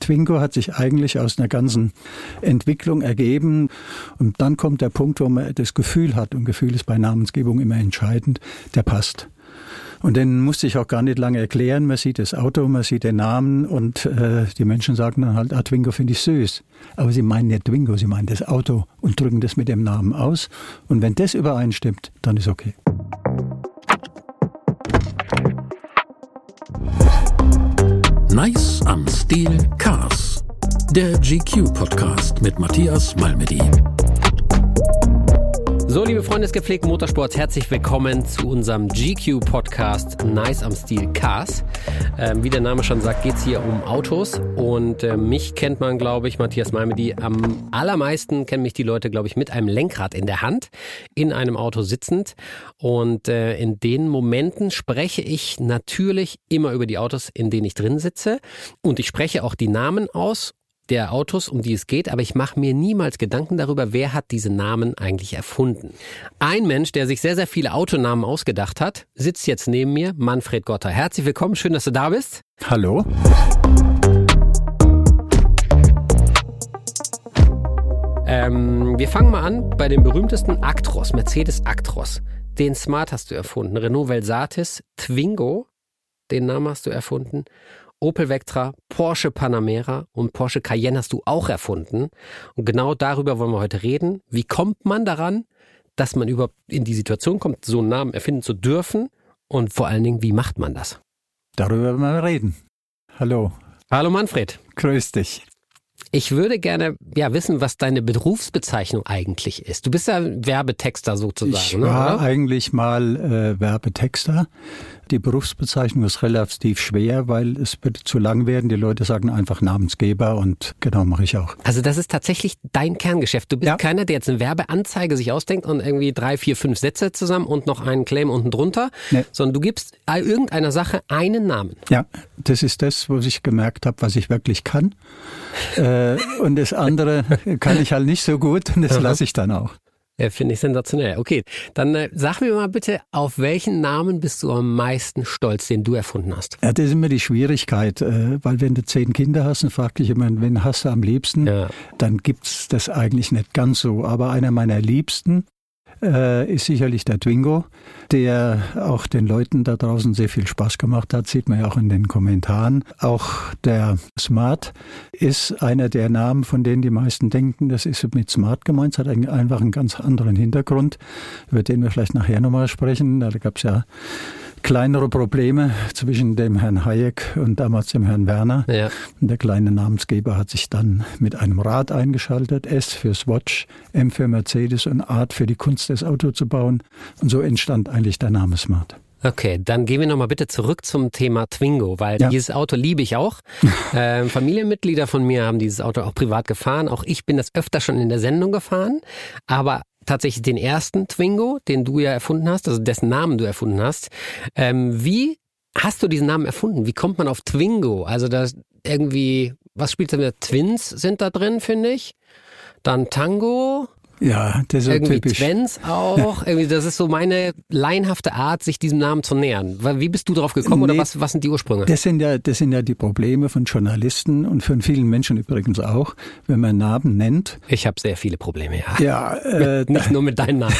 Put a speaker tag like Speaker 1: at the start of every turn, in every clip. Speaker 1: Twingo hat sich eigentlich aus einer ganzen Entwicklung ergeben. Und dann kommt der Punkt, wo man das Gefühl hat, und Gefühl ist bei Namensgebung immer entscheidend, der passt. Und den musste ich auch gar nicht lange erklären. Man sieht das Auto, man sieht den Namen und äh, die Menschen sagen dann halt, ah, Twingo finde ich süß. Aber sie meinen nicht Twingo, sie meinen das Auto und drücken das mit dem Namen aus. Und wenn das übereinstimmt, dann ist okay.
Speaker 2: Nice am Stil Cars. Der GQ-Podcast mit Matthias Malmedy.
Speaker 3: So, liebe Freunde des gepflegten Motorsports, herzlich willkommen zu unserem GQ-Podcast Nice am Stil Cars. Ähm, wie der Name schon sagt, geht's hier um Autos und äh, mich kennt man, glaube ich, Matthias Malmedy, am allermeisten kennen mich die Leute, glaube ich, mit einem Lenkrad in der Hand, in einem Auto sitzend und äh, in den Momenten spreche ich natürlich immer über die Autos, in denen ich drin sitze und ich spreche auch die Namen aus der Autos, um die es geht, aber ich mache mir niemals Gedanken darüber, wer hat diese Namen eigentlich erfunden. Ein Mensch, der sich sehr, sehr viele Autonamen ausgedacht hat, sitzt jetzt neben mir, Manfred Gotter. Herzlich willkommen, schön, dass du da bist.
Speaker 1: Hallo?
Speaker 3: Ähm, wir fangen mal an bei dem berühmtesten Actros, Mercedes Actros. Den Smart hast du erfunden, Renault Velsatis, Twingo, den Namen hast du erfunden. Opel Vectra, Porsche Panamera und Porsche Cayenne hast du auch erfunden. Und genau darüber wollen wir heute reden. Wie kommt man daran, dass man überhaupt in die Situation kommt, so einen Namen erfinden zu dürfen? Und vor allen Dingen, wie macht man das?
Speaker 1: Darüber werden wir reden. Hallo,
Speaker 3: Hallo Manfred,
Speaker 1: grüß dich.
Speaker 3: ich würde gerne ja wissen, was deine Berufsbezeichnung eigentlich ist. Du bist ja Werbetexter sozusagen,
Speaker 1: Ich
Speaker 3: ne,
Speaker 1: war
Speaker 3: oder?
Speaker 1: eigentlich mal äh, Werbetexter. Die Berufsbezeichnung ist relativ schwer, weil es wird zu lang werden. Die Leute sagen einfach Namensgeber und genau mache ich auch.
Speaker 3: Also das ist tatsächlich dein Kerngeschäft. Du bist
Speaker 1: Ja.
Speaker 3: keiner, der jetzt eine Werbeanzeige sich ausdenkt und irgendwie drei, vier, fünf Sätze zusammen und noch einen Claim unten drunter,
Speaker 1: Nee.
Speaker 3: sondern du gibst all- irgendeiner Sache einen Namen.
Speaker 1: Ja, das ist das, was ich gemerkt habe, was ich wirklich kann. Äh, und das andere kann ich halt nicht so gut und das lasse ich dann auch.
Speaker 3: Ja, finde ich sensationell. Okay, dann äh, sag mir mal bitte, auf welchen Namen bist du am meisten stolz, den du erfunden hast?
Speaker 1: Ja, das ist immer die Schwierigkeit, äh, weil wenn du zehn Kinder hast, dann fragt dich jemand, wen hast du am liebsten?
Speaker 3: Ja.
Speaker 1: Dann gibt's das eigentlich nicht ganz so. Aber einer meiner Liebsten äh, ist sicherlich der Twingo, der auch den Leuten da draußen sehr viel Spaß gemacht hat, sieht man ja auch in den Kommentaren. Auch der Smart ist einer der Namen, von denen die meisten denken, das ist mit Smart gemeint, Es hat eigentlich einfach einen ganz anderen Hintergrund, über den wir vielleicht nachher nochmal sprechen. Da gab's ja kleinere Probleme zwischen dem Herrn Hayek und damals dem Herrn Werner.
Speaker 3: Ja.
Speaker 1: Und der kleine Namensgeber hat sich dann mit einem Rad eingeschaltet, S für Swatch, M für Mercedes und Art für die Kunst, das Auto zu bauen. Und so entstand eigentlich der Name Smart.
Speaker 3: Okay, dann gehen wir nochmal bitte zurück zum Thema Twingo, weil
Speaker 1: Ja.
Speaker 3: dieses Auto liebe ich auch. ähm, Familienmitglieder von mir haben dieses Auto auch privat gefahren. Auch ich bin das öfter schon in der Sendung gefahren. Aber tatsächlich den ersten Twingo, den du ja erfunden hast, also dessen Namen du erfunden hast. Ähm, wie hast du diesen Namen erfunden? Wie kommt man auf Twingo? Also das irgendwie, was spielt da mit? Twins sind da drin, finde ich. Dann Tango,
Speaker 1: Ja, das ist so
Speaker 3: irgendwie
Speaker 1: Äh, typisch.
Speaker 3: Twens auch. Irgendwie, das ist so meine laienhafte Art, sich diesem Namen zu nähern. Wa- Wie bist du drauf gekommen oder
Speaker 1: Nee.
Speaker 3: was, was sind die Ursprünge?
Speaker 1: Das sind, ja, das sind ja die Probleme von Journalisten und von vielen Menschen übrigens auch, wenn man Namen nennt.
Speaker 3: Ich habe sehr viele Probleme, ja.
Speaker 1: Ja, äh,
Speaker 3: Nicht nur mit deinem Namen.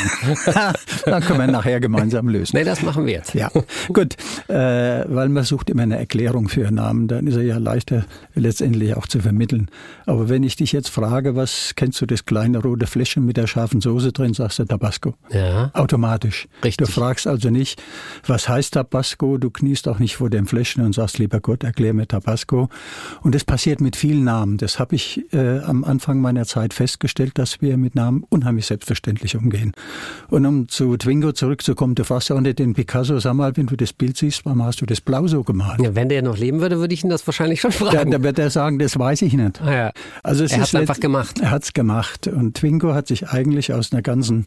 Speaker 1: dann können wir nachher gemeinsam lösen.
Speaker 3: nee, das machen wir jetzt.
Speaker 1: Ja, gut, äh, weil man sucht immer eine Erklärung für einen Namen, dann ist er ja leichter letztendlich auch zu vermitteln. Aber wenn ich dich jetzt frage, was kennst du das kleine rote Fläschchen mit der scharfen Soße drin, sagst du Tabasco.
Speaker 3: Ja.
Speaker 1: Automatisch.
Speaker 3: Richtig.
Speaker 1: Du fragst also nicht, was heißt Tabasco? Du kniest auch nicht vor dem Fläschchen und sagst, lieber Gott, erklär mir Tabasco. Und das passiert mit vielen Namen. Das habe ich äh, am Anfang meiner Zeit festgestellt, dass wir mit Namen unheimlich selbstverständlich umgehen. Und um zu Twingo zurückzukommen, du fragst ja auch nicht den Picasso, sag mal, wenn du das Bild siehst, warum hast du das blau so gemalt?
Speaker 3: Ja, Wenn der noch leben würde, würde ich ihn das wahrscheinlich schon
Speaker 1: Da,
Speaker 3: fragen.
Speaker 1: da wird er sagen, das weiß ich nicht.
Speaker 3: ah, ja.
Speaker 1: Also es
Speaker 3: Er
Speaker 1: ist
Speaker 3: hat's
Speaker 1: letzt-
Speaker 3: einfach gemacht.
Speaker 1: Er hat's gemacht. Und Twingo hat sich eigentlich aus einer ganzen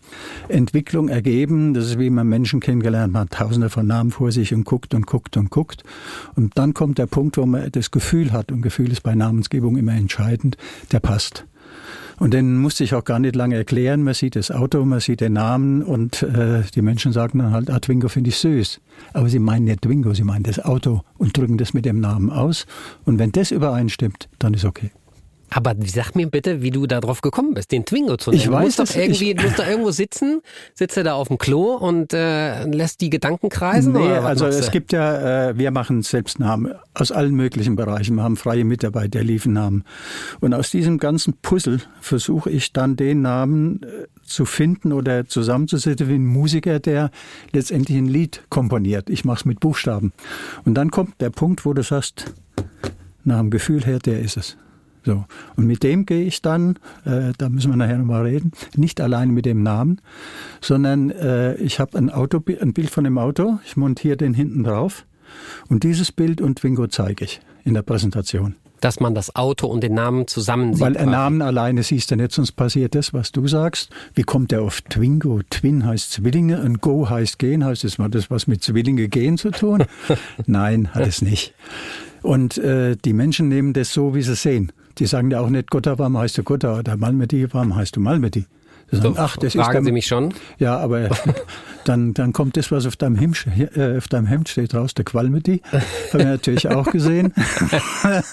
Speaker 1: Entwicklung ergeben. Das ist wie man Menschen kennengelernt man hat, tausende von Namen vor sich und guckt und guckt und guckt. Und dann kommt der Punkt, wo man das Gefühl hat, und Gefühl ist bei Namensgebung immer entscheidend, der passt. Und den musste ich auch gar nicht lange erklären. Man sieht das Auto, man sieht den Namen und äh, die Menschen sagen dann halt, ah, Twingo finde ich süß. Aber sie meinen nicht Twingo, sie meinen das Auto und drücken das mit dem Namen aus. Und wenn das übereinstimmt, dann ist okay.
Speaker 3: Aber sag mir bitte, wie du darauf gekommen bist, den Twingo zu nehmen.
Speaker 1: Ich weiß
Speaker 3: du musst
Speaker 1: es,
Speaker 3: doch irgendwie,
Speaker 1: ich-
Speaker 3: du musst da irgendwo sitzen, sitzt er da auf dem Klo und äh, lässt die Gedanken kreisen?
Speaker 1: Nee,
Speaker 3: oder was
Speaker 1: also
Speaker 3: machst
Speaker 1: es
Speaker 3: du?
Speaker 1: gibt ja, äh, wir machen selbst Namen aus allen möglichen Bereichen. Wir haben freie Mitarbeiter, die liefern Namen. Und aus diesem ganzen Puzzle versuche ich dann den Namen äh, zu finden oder zusammenzusetzen wie ein Musiker, der letztendlich ein Lied komponiert. Ich mache es mit Buchstaben. Und dann kommt der Punkt, wo du sagst, nach dem Gefühl her, der ist es. So. Und mit dem gehe ich dann, äh, da müssen wir nachher nochmal reden, nicht allein mit dem Namen, sondern äh, ich habe ein, Auto, ein Bild von dem Auto, ich montiere den hinten drauf und dieses Bild und Twingo zeige ich in der Präsentation.
Speaker 3: Dass man das Auto und den Namen zusammen sieht.
Speaker 1: Weil einen
Speaker 3: quasi.
Speaker 1: Namen alleine siehst du nicht, sonst passiert das, was du sagst. Wie kommt der auf Twingo? Twin heißt Zwillinge und Go heißt gehen. Heißt es mal, das was mit Zwillinge gehen zu tun? Nein, hat es nicht. Und äh, die Menschen nehmen das so, wie sie sehen. Die sagen ja auch nicht, Gotha, warum heißt du Gotha? Oder Malmedy, warum heißt du Malmedy? Sie sagen,
Speaker 3: So,
Speaker 1: ach, das ist
Speaker 3: fragen
Speaker 1: der
Speaker 3: Sie mich schon.
Speaker 1: ja, aber äh, dann, dann kommt das, was auf deinem Hemd, äh, auf deinem Hemd steht, raus, der Qualmity. Haben wir natürlich auch gesehen.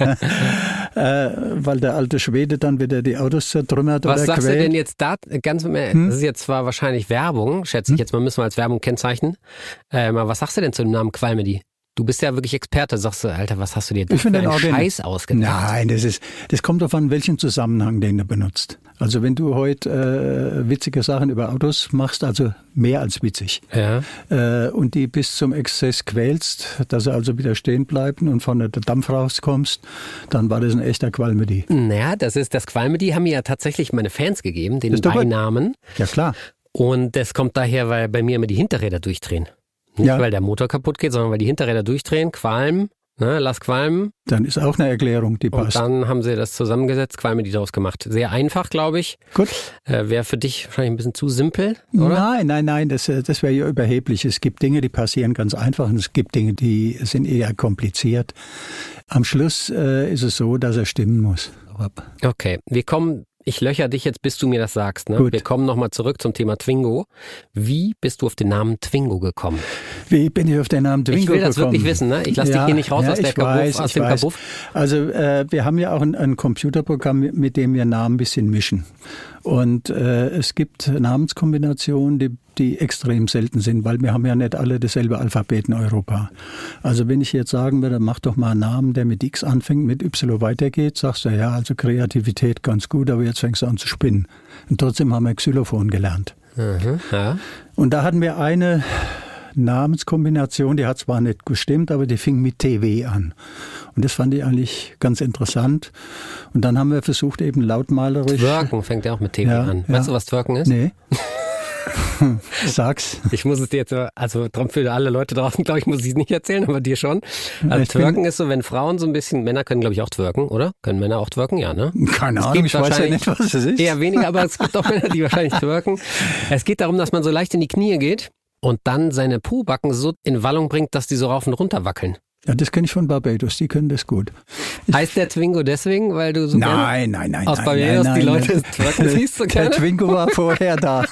Speaker 1: äh, weil der alte Schwede dann wieder die Autos zertrümmert
Speaker 3: Was
Speaker 1: oder
Speaker 3: sagst
Speaker 1: quält. Hm?
Speaker 3: du denn jetzt da? Ganz, im Ernst, Das ist jetzt zwar wahrscheinlich Werbung, schätze ich jetzt mal, müssen wir als Werbung kennzeichnen. Ähm, aber was sagst du denn zu dem Namen Qualmedy? Du bist ja wirklich Experte, sagst du, Alter, was hast du dir da
Speaker 1: Ich
Speaker 3: für
Speaker 1: finde den
Speaker 3: einen
Speaker 1: Organ-
Speaker 3: Scheiß ausgedacht?
Speaker 1: Nein, das ist, das kommt darauf an, welchen Zusammenhang den du benutzt. Also wenn du heute äh, witzige Sachen über Autos machst, also mehr als witzig,
Speaker 3: Ja.
Speaker 1: äh, und die bis zum Exzess quälst, dass sie also wieder stehen bleiben und von der Dampf rauskommst, dann war das ein echter Qualmedy.
Speaker 3: Naja, das ist das Qualmedy, haben mir ja tatsächlich meine Fans gegeben, den
Speaker 1: Ist doch gut.
Speaker 3: Beinamen.
Speaker 1: Ja klar.
Speaker 3: Und das kommt daher, weil bei mir immer die Hinterräder durchdrehen. Nicht,
Speaker 1: Ja.
Speaker 3: weil der Motor kaputt geht, sondern weil die Hinterräder durchdrehen, Qualm, ne, lass Qualm.
Speaker 1: Dann ist auch eine Erklärung, die
Speaker 3: Und
Speaker 1: passt.
Speaker 3: dann haben sie das zusammengesetzt, Qualmedy daraus gemacht. Sehr einfach, glaube ich.
Speaker 1: Gut.
Speaker 3: Äh, Wäre für dich wahrscheinlich ein bisschen zu simpel, oder?
Speaker 1: Nein, nein, nein, das, äh, das wäre ja überheblich. Es gibt Dinge, die passieren ganz einfach und es gibt Dinge, die sind eher kompliziert. Am Schluss äh, ist es so, dass er stimmen muss.
Speaker 3: Okay, wir kommen, ich löcher dich jetzt, bis du mir das sagst. Ne?
Speaker 1: Gut.
Speaker 3: Wir kommen nochmal zurück zum Thema Twingo. Wie bist du auf den Namen Twingo gekommen?
Speaker 1: Wie bin ich auf den Namen Twingo
Speaker 3: ich will das
Speaker 1: gekommen?
Speaker 3: wirklich wissen, ne? Ich lass dich hier nicht raus aus, der
Speaker 1: ich
Speaker 3: Kabuff,
Speaker 1: weiß,
Speaker 3: aus
Speaker 1: ich
Speaker 3: dem
Speaker 1: weiß.
Speaker 3: Kabuff.
Speaker 1: Also äh, wir haben ja auch ein, ein Computerprogramm, mit dem wir Namen ein bisschen mischen. Und äh, es gibt Namenskombinationen, die, die extrem selten sind, weil wir haben ja nicht alle dasselbe Alphabet in Europa. Also wenn ich jetzt sagen würde, mach doch mal einen Namen, der mit X anfängt, mit Y weitergeht, sagst du, ja, also Kreativität ganz gut, aber jetzt fängst du an zu spinnen. Und trotzdem haben wir Xylophon gelernt.
Speaker 3: Mhm, ja.
Speaker 1: Und da hatten wir eine Namenskombination, die hat zwar nicht gestimmt, aber die fing mit TW an. Und das fand ich eigentlich ganz interessant. Und dann haben wir versucht, eben lautmalerisch.
Speaker 3: Twerken fängt ja auch mit TV
Speaker 1: Ja,
Speaker 3: an.
Speaker 1: ja.
Speaker 3: Weißt du, was Twerken ist?
Speaker 1: Nee. Sag's.
Speaker 3: Ich muss es dir jetzt, so- also drum für alle Leute draußen, glaube ich, muss ich es nicht erzählen, aber dir schon. Also
Speaker 1: Ich bin-
Speaker 3: Twerken ist so, wenn Frauen so ein bisschen, Männer können, glaube ich, auch twerken, oder? Können Männer auch twerken? Ja, ne?
Speaker 1: Keine
Speaker 3: Es
Speaker 1: Ahnung,
Speaker 3: gibt
Speaker 1: ich weiß ja nicht,
Speaker 3: wahrscheinlich
Speaker 1: was es ist.
Speaker 3: Eher weniger, aber es gibt auch Männer, die wahrscheinlich twerken. Es geht darum, dass man so leicht in die Knie geht und dann seine Pobacken so in Wallung bringt, dass die so rauf und runter wackeln.
Speaker 1: Ja, das kenne ich von Barbados, die können das gut.
Speaker 3: Heißt der Twingo deswegen, weil du so gerne
Speaker 1: Nein, nein, nein.
Speaker 3: Aus
Speaker 1: nein,
Speaker 3: Barbados
Speaker 1: nein,
Speaker 3: die
Speaker 1: nein,
Speaker 3: Leute
Speaker 1: nein.
Speaker 3: twerken siehst du
Speaker 1: Der
Speaker 3: gerne?
Speaker 1: Twingo war vorher da.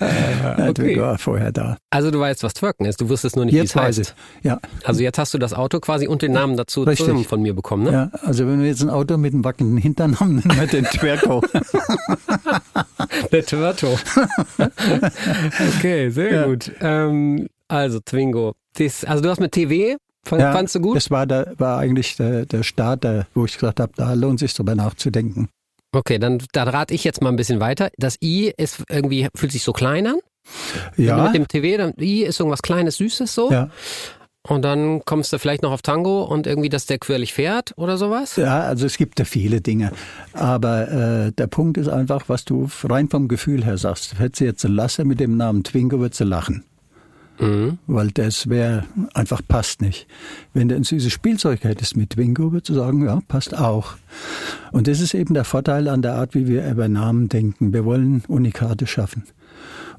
Speaker 1: Der Twingo war vorher da.
Speaker 3: Also du weißt, was twerken ist, du wusstest nur nicht, wie es
Speaker 1: Jetzt weiß
Speaker 3: heißt.
Speaker 1: ich. Ja,
Speaker 3: Also jetzt hast du das Auto quasi und den Namen dazu
Speaker 1: Richtig.
Speaker 3: zusammen von mir bekommen, ne?
Speaker 1: ja, also wenn wir jetzt ein Auto mit einem wackelnden Hintern haben, nennen wir den Twerko.
Speaker 3: Der Twerto. okay, sehr gut. Ähm, also Twingo. Das, also du hast mit TW, fand,
Speaker 1: Ja,
Speaker 3: fandst du gut?
Speaker 1: Das war, der, war eigentlich der, der Start, der, wo ich gesagt habe, da lohnt sich drüber nachzudenken.
Speaker 3: Okay, dann da rate ich jetzt mal ein bisschen weiter. Das I ist irgendwie, fühlt sich so klein an.
Speaker 1: Ja,
Speaker 3: Mit dem TW, dann I ist irgendwas Kleines, Süßes so.
Speaker 1: ja.
Speaker 3: Und dann kommst du vielleicht noch auf Tango und irgendwie, dass der quirlig fährt oder sowas.
Speaker 1: ja, also es gibt da viele Dinge. Aber äh, der Punkt ist einfach, was du rein vom Gefühl her sagst. Hätte sie jetzt Lasse mit dem Namen Twingo, wird sie lachen.
Speaker 3: Mhm.
Speaker 1: Weil das wäre einfach passt nicht. Wenn du ein süßes Spielzeug hättest mit Twingo, würdest du sagen, ja, passt auch. Und das ist eben der Vorteil an der Art, wie wir über Namen denken. Wir wollen Unikate schaffen.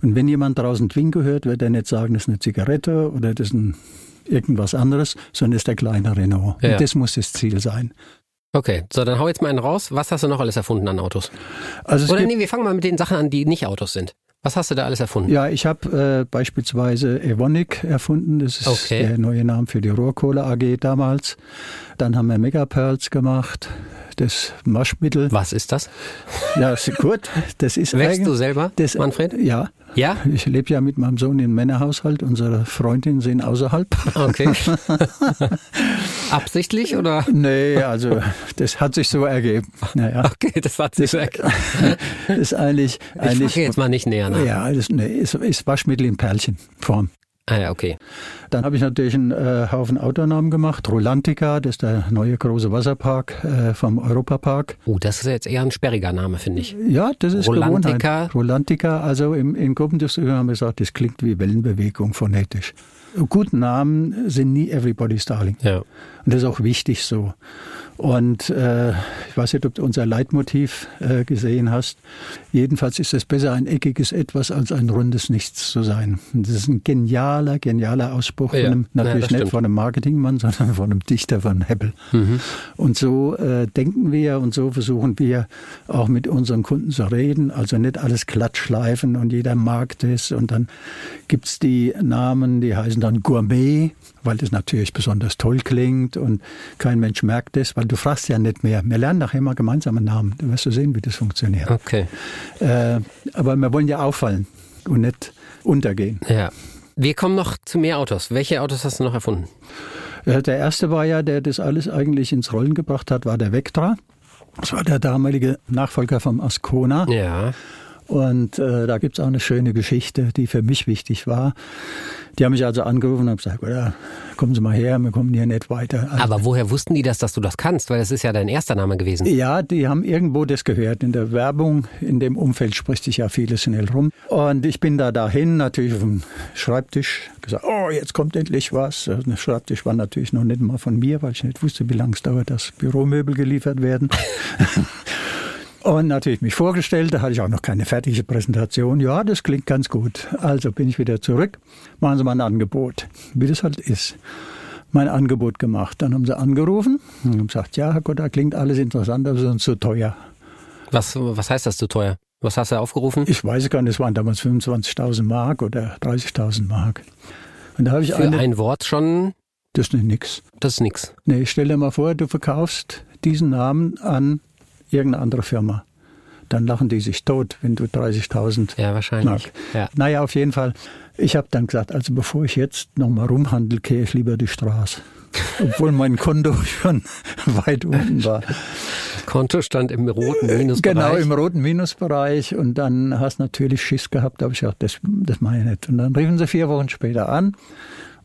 Speaker 1: Und wenn jemand draußen Twingo hört, wird er nicht sagen, das ist eine Zigarette oder das ist ein irgendwas anderes, sondern das ist der kleine Renault.
Speaker 3: Ja.
Speaker 1: Und das muss das Ziel sein.
Speaker 3: Okay, so dann hau jetzt mal einen raus. Was hast du noch alles erfunden an Autos?
Speaker 1: Also es
Speaker 3: Oder
Speaker 1: gibt,
Speaker 3: nee, wir fangen mal mit den Sachen an, die nicht Autos sind. Was hast du da alles erfunden?
Speaker 1: ja, ich habe äh, beispielsweise Evonik erfunden. Das ist
Speaker 3: Okay.
Speaker 1: der neue Name für die Rohrkohle AG damals. Dann haben wir Megapearls gemacht. Das Maschmittel.
Speaker 3: Was ist das?
Speaker 1: Ja, ist gut. Das ist
Speaker 3: Wächst du
Speaker 1: eigentlich-
Speaker 3: selber,
Speaker 1: das, äh,
Speaker 3: Manfred?
Speaker 1: Ja,
Speaker 3: Ja?
Speaker 1: ich lebe ja mit meinem Sohn im Männerhaushalt. Unsere Freundinnen sind außerhalb.
Speaker 3: Okay. Absichtlich oder?
Speaker 1: Nee, also das hat sich so ergeben. Naja,
Speaker 3: Okay, das hat sich weg.
Speaker 1: das ist eigentlich,
Speaker 3: Ich frage
Speaker 1: eigentlich
Speaker 3: jetzt mal nicht näher nach.
Speaker 1: ja, das nee, ist, ist Waschmittel in Perlchenform.
Speaker 3: Ah ja, okay.
Speaker 1: Dann habe ich natürlich einen äh, Haufen Autonamen gemacht. Rolantica, das ist der neue große Wasserpark äh, vom Europapark.
Speaker 3: Oh, das ist jetzt eher ein sperriger Name, finde ich.
Speaker 1: Ja, das ist
Speaker 3: Rolantica.
Speaker 1: Gewohnheit. Rolantica, also im, in Gruppendiskussion haben wir gesagt, das klingt wie Wellenbewegung phonetisch. Gute Namen sind nie everybody's darling.
Speaker 3: Ja.
Speaker 1: Und das ist auch wichtig so. Und äh, ich weiß nicht, ob du unser Leitmotiv äh, gesehen hast. Jedenfalls ist es besser, ein eckiges Etwas als ein rundes Nichts zu sein. Und das ist ein genialer, genialer Ausspruch.
Speaker 3: Ja,
Speaker 1: Von einem,
Speaker 3: ja,
Speaker 1: natürlich
Speaker 3: das
Speaker 1: nicht
Speaker 3: stimmt. Hm.
Speaker 1: von einem Marketingmann, sondern von einem Dichter von Hebbel. Und so äh, denken wir und so versuchen wir auch mit unseren Kunden zu reden. Also nicht alles glatt schleifen und jeder mag das. Und dann gibt's die Namen, die heißen dann Gourmet, weil das natürlich besonders toll klingt und kein Mensch merkt es, weil du fragst ja nicht mehr. Wir lernen nachher mal gemeinsame Namen. Dann wirst du sehen, wie das funktioniert.
Speaker 3: Okay.
Speaker 1: Äh, aber wir wollen ja auffallen und nicht untergehen.
Speaker 3: Ja. Wir kommen noch zu mehr Autos. Welche Autos hast du noch erfunden?
Speaker 1: Ja, Äh, Der erste war ja, der das alles eigentlich ins Rollen gebracht hat, war der Vectra. Das war der damalige Nachfolger vom Ascona.
Speaker 3: Ja.
Speaker 1: Und äh, da gibt's auch eine schöne Geschichte, die für mich wichtig war. Die haben mich also angerufen und haben gesagt, oder, kommen Sie mal her, wir kommen hier nicht weiter. Also,
Speaker 3: Aber woher wussten die das, dass du das kannst? Weil das ist ja dein erster Name gewesen.
Speaker 1: ja, die haben irgendwo das gehört. In der Werbung, in dem Umfeld spricht sich ja vieles schnell rum. Und ich bin da dahin, natürlich auf dem Schreibtisch, gesagt, oh, jetzt kommt endlich was. Also, Der Schreibtisch war natürlich noch nicht mal von mir, weil ich nicht wusste, wie lange es dauert, dass Büromöbel geliefert werden. Und natürlich mich vorgestellt, da hatte ich auch noch keine fertige Präsentation. Ja, das klingt ganz gut. Also bin ich wieder zurück. Machen Sie mal ein Angebot, wie das halt ist. Mein Angebot gemacht. Dann haben sie angerufen und haben gesagt, ja, Herr Gott, da klingt alles interessant, aber es ist uns zu teuer.
Speaker 3: Was, was heißt das zu teuer? Was hast du aufgerufen?
Speaker 1: Ich weiß gar nicht, es waren damals 25.000 Mark oder 30.000 Mark. Und da habe ich
Speaker 3: Für
Speaker 1: eine,
Speaker 3: ein Wort schon,
Speaker 1: das ist nicht nix.
Speaker 3: das ist nix.
Speaker 1: Nee, stell dir mal vor, du verkaufst diesen Namen an irgendeine andere Firma. Dann lachen die sich tot, wenn du 30.000
Speaker 3: Ja, wahrscheinlich.
Speaker 1: Mark.
Speaker 3: Ja.
Speaker 1: Naja, auf jeden Fall. Ich habe dann gesagt, also bevor ich jetzt nochmal rumhandel, gehe ich lieber die Straße. Obwohl mein Konto schon weit unten war.
Speaker 3: Kontostand im roten
Speaker 1: Genau,
Speaker 3: Minusbereich.
Speaker 1: im roten Minusbereich. Und dann hast du natürlich Schiss gehabt, aber ich dachte, das, das meine ich nicht. Und dann riefen sie vier Wochen später an.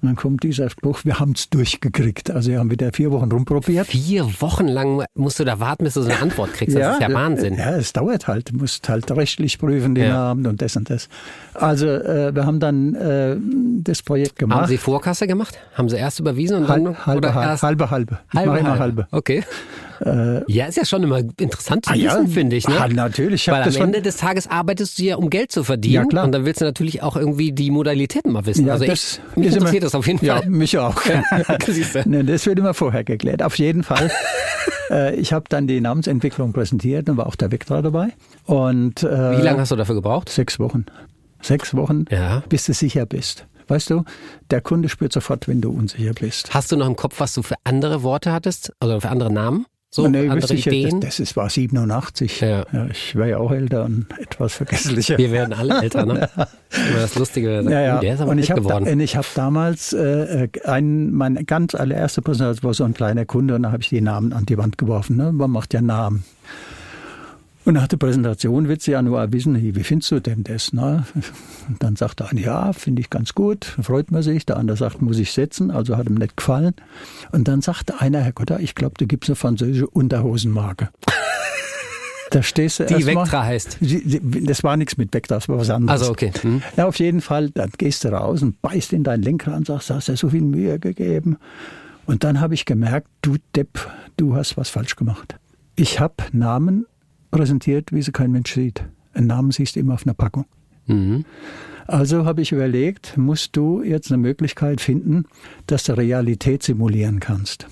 Speaker 1: Und dann kommt dieser Spruch, wir haben es durchgekriegt. Also wir haben wieder vier Wochen rumprobiert.
Speaker 3: Vier Wochen lang musst du da warten, bis du so eine Antwort kriegst. Das ist ja Wahnsinn.
Speaker 1: Ja, es dauert halt. Du musst halt rechtlich prüfen, den
Speaker 3: Ja.
Speaker 1: Namen und das und das. Also äh, wir haben dann äh, das Projekt gemacht.
Speaker 3: Haben sie Vorkasse gemacht? Haben sie erst überwiesen und
Speaker 1: Halb,
Speaker 3: dann
Speaker 1: halbe,
Speaker 3: oder
Speaker 1: halbe,
Speaker 3: erst
Speaker 1: halbe, halbe. Ich mache immer halbe. Äh.
Speaker 3: Okay. ja, ist ja schon immer interessant zu
Speaker 1: Ah, ja.
Speaker 3: wissen, finde ich. Ne?
Speaker 1: Ah, natürlich. Ich hab
Speaker 3: Weil am
Speaker 1: das schon-
Speaker 3: Ende des Tages arbeitest du ja, um Geld zu verdienen.
Speaker 1: Ja, klar.
Speaker 3: Und dann willst du natürlich auch irgendwie die Modalitäten mal wissen. also ich, mich
Speaker 1: ist immer-
Speaker 3: interessiert das auf jeden
Speaker 1: ja,
Speaker 3: Fall.
Speaker 1: mich auch.
Speaker 3: siehst du.
Speaker 1: Ne, das wird immer vorher geklärt. Auf jeden Fall. äh, ich habe dann die Namensentwicklung präsentiert und war auch der Vektra dabei. Und äh,
Speaker 3: Wie lange hast du dafür gebraucht?
Speaker 1: Sechs Wochen. Sechs Wochen,
Speaker 3: Ja.
Speaker 1: bis du sicher bist. Weißt du, der Kunde spürt sofort, wenn du unsicher bist.
Speaker 3: Hast du noch im Kopf, was du für andere Worte hattest? Also für andere Namen? So
Speaker 1: Nee,
Speaker 3: andere
Speaker 1: wüsste ich jetzt,
Speaker 3: Ideen?
Speaker 1: das, das ist, war 87.
Speaker 3: Ja.
Speaker 1: ich war ja auch älter und etwas vergesslicher.
Speaker 3: Wir werden alle älter, ne? Immer das Lustige, wer sagt,
Speaker 1: Ja, ja.
Speaker 3: "Oh, der ist aber
Speaker 1: und ich
Speaker 3: alt
Speaker 1: habe da,
Speaker 3: geworden.
Speaker 1: und ich hab damals äh, einen, meine ganz allererste Präsentation war so ein kleiner Kunde und da habe ich die Namen an die Wand geworfen. Ne? Man macht ja Namen. Und nach der Präsentation willst du ja nur wissen, hey, wie findest du denn das? Ne? Und dann sagt der eine, ja, finde ich ganz gut, freut man sich. Der andere sagt, muss ich setzen, also hat ihm nicht gefallen. Und dann sagte einer, Herr Gotter, ich glaube, du gibst eine französische Unterhosenmarke. da stehst du
Speaker 3: Die
Speaker 1: erst mal-
Speaker 3: Vectra heißt.
Speaker 1: Die- die- Das war nichts mit Vectra, das war was anderes.
Speaker 3: Also okay. Hm.
Speaker 1: Ja, auf jeden Fall, dann gehst du raus und beißt in deinen Lenker und sagst, du hast ja so viel Mühe gegeben. Und dann habe ich gemerkt, du Depp, du hast was falsch gemacht. Ich habe Namen präsentiert, wie sie kein Mensch sieht. Einen Namen siehst du immer auf einer Packung.
Speaker 3: Mhm.
Speaker 1: Also habe ich überlegt, musst du jetzt eine Möglichkeit finden, dass du Realität simulieren kannst.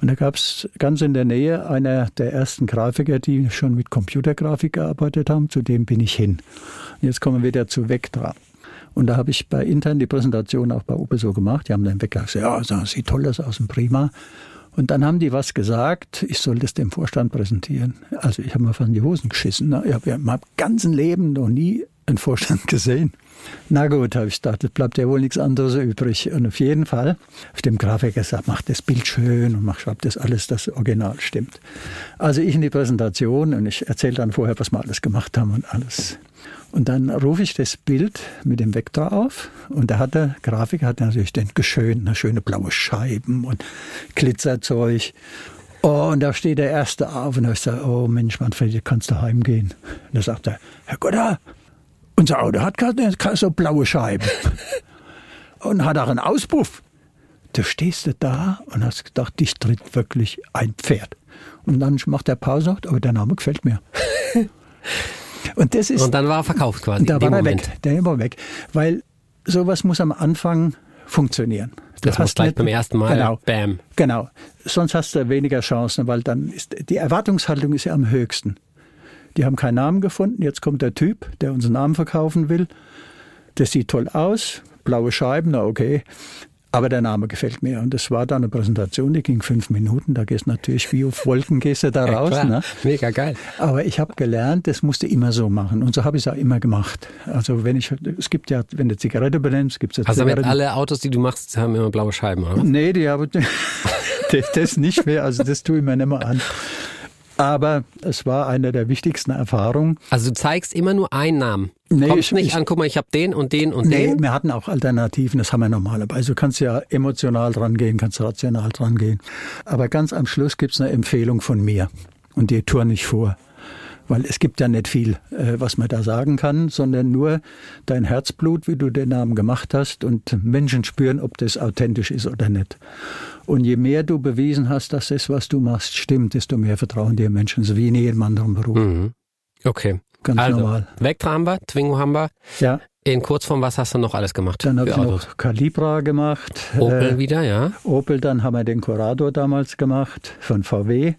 Speaker 1: Und da gab es ganz in der Nähe einer der ersten Grafiker, die schon mit Computergrafik gearbeitet haben. Zu dem bin ich hin. Und jetzt kommen wir wieder zu Vectra. Und da habe ich bei intern die Präsentation auch bei Opel so gemacht. Die haben dann weggesagt, ja, das sieht toll das aus und prima. Und dann haben die was gesagt, ich soll das dem Vorstand präsentieren. Also ich habe mir von die Hosen geschissen. Ne? Ich habe ja in meinem ganzen Leben noch nie einen Vorstand gesehen. Na gut, habe ich gedacht, es bleibt ja wohl nichts anderes übrig. Und auf jeden Fall, auf dem Grafiker sagt, mach das Bild schön und mach, schreib das alles, das Original stimmt. Also ich in die Präsentation und ich erzähle dann vorher, was wir alles gemacht haben und alles. Und dann rufe ich das Bild mit dem Vektor auf und da hat der Grafiker hat natürlich den geschön, schöne blaue Scheiben und Glitzerzeug. Oh, und da steht der Erste auf und ich sage, oh Mensch, Manfred, jetzt kannst du heimgehen. Und da sagt er, Herr Goddard, unser Auto hat keine, keine so blaue Scheiben und hat auch einen Auspuff. Du stehst da und hast gedacht, dich tritt wirklich ein Pferd. Und dann macht der Pause und sagt, aber der Name gefällt mir. Und das ist.
Speaker 3: Und dann war er verkauft quasi.
Speaker 1: Da war er
Speaker 3: Moment.
Speaker 1: weg. Der war weg. Weil sowas muss am Anfang funktionieren. Du
Speaker 3: Das muss
Speaker 1: hast
Speaker 3: gleich
Speaker 1: nicht-
Speaker 3: beim ersten Mal.
Speaker 1: Genau.
Speaker 3: Bam.
Speaker 1: Genau. Sonst hast du weniger Chancen, weil dann ist die Erwartungshaltung ist ja am höchsten. Die haben keinen Namen gefunden. Jetzt kommt der Typ, der unseren Namen verkaufen will. Das sieht toll aus. Blaue Scheiben, na okay. Aber der Name gefällt mir. Und das war dann eine Präsentation, die ging fünf Minuten. Da gehst natürlich wie auf Wolken gehst du da
Speaker 3: Ja,
Speaker 1: raus.
Speaker 3: klar.
Speaker 1: ne?
Speaker 3: Mega geil.
Speaker 1: Aber ich habe gelernt, das musste immer so machen. Und so habe ich es auch immer gemacht. Also wenn ich, es gibt ja, wenn du Zigarette benennst, gibt es ja
Speaker 3: Also damit
Speaker 1: Zigaretten.
Speaker 3: alle Autos, die du machst, haben immer blaue Scheiben, oder?
Speaker 1: Nee, die habe das, das nicht mehr. Also das tue ich mir nicht mehr an. Aber es war eine der wichtigsten Erfahrungen.
Speaker 3: Also du zeigst immer nur einen Namen.
Speaker 1: Nee,
Speaker 3: Kommst
Speaker 1: ich-
Speaker 3: nicht
Speaker 1: ich-
Speaker 3: an, guck mal, ich habe den und den und
Speaker 1: Nee,
Speaker 3: den.
Speaker 1: wir hatten auch Alternativen, das haben wir normalerweise. Also du kannst ja emotional dran gehen, kannst rational dran gehen. Aber ganz am Schluss gibt es eine Empfehlung von mir und die turn ich vor. Weil es gibt ja nicht viel, äh, was man da sagen kann, sondern nur dein Herzblut, wie du den Namen gemacht hast und Menschen spüren, ob das authentisch ist oder nicht. Und je mehr du bewiesen hast, dass das, was du machst, stimmt, desto mehr vertrauen dir Menschen, so wie in jedem anderen Beruf.
Speaker 3: Mhm. Okay.
Speaker 1: Ganz
Speaker 3: also,
Speaker 1: normal.
Speaker 3: Vectra haben wir, Twingo haben wir.
Speaker 1: Ja,
Speaker 3: In Kurzform, was hast du noch alles gemacht?
Speaker 1: dann habe
Speaker 3: für
Speaker 1: ich
Speaker 3: Autos?
Speaker 1: noch Calibra gemacht.
Speaker 3: Opel
Speaker 1: äh,
Speaker 3: wieder, ja.
Speaker 1: Opel, dann haben wir den Corrado damals gemacht von VW.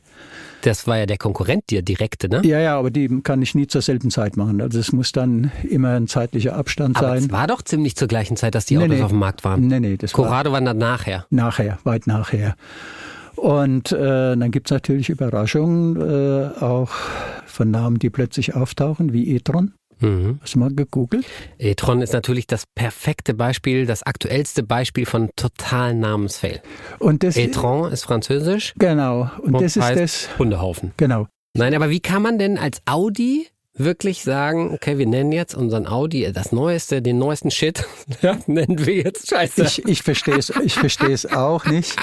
Speaker 3: Das war ja der Konkurrent dir direkte, ne?
Speaker 1: Ja, ja, aber die kann ich nie zur selben Zeit machen. Also es muss dann immer ein zeitlicher Abstand
Speaker 3: Aber es
Speaker 1: sein.
Speaker 3: war doch ziemlich zur gleichen Zeit, dass die
Speaker 1: Nee,
Speaker 3: Autos
Speaker 1: nee.
Speaker 3: auf dem Markt waren.
Speaker 1: Nee, nee, das war
Speaker 3: Corrado war dann nachher.
Speaker 1: nachher, weit nachher. Und äh, dann gibt's natürlich Überraschungen, äh, auch von Namen, die plötzlich auftauchen, wie e-tron.
Speaker 3: Mhm.
Speaker 1: Hast du mal gegoogelt?
Speaker 3: E-Tron ist natürlich das perfekte Beispiel, das aktuellste Beispiel von totalen Namensfail.
Speaker 1: Und das,
Speaker 3: E-Tron ist französisch
Speaker 1: Genau, und,
Speaker 3: und
Speaker 1: das ist
Speaker 3: heißt
Speaker 1: das,
Speaker 3: Hundehaufen.
Speaker 1: genau.
Speaker 3: Nein, aber wie kann man denn als Audi wirklich sagen, okay, wir nennen jetzt unseren Audi äh, das Neueste, den neuesten Shit, ja, nennen wir jetzt Scheiße.
Speaker 1: Ich, ich verstehe es ich versteh's auch nicht.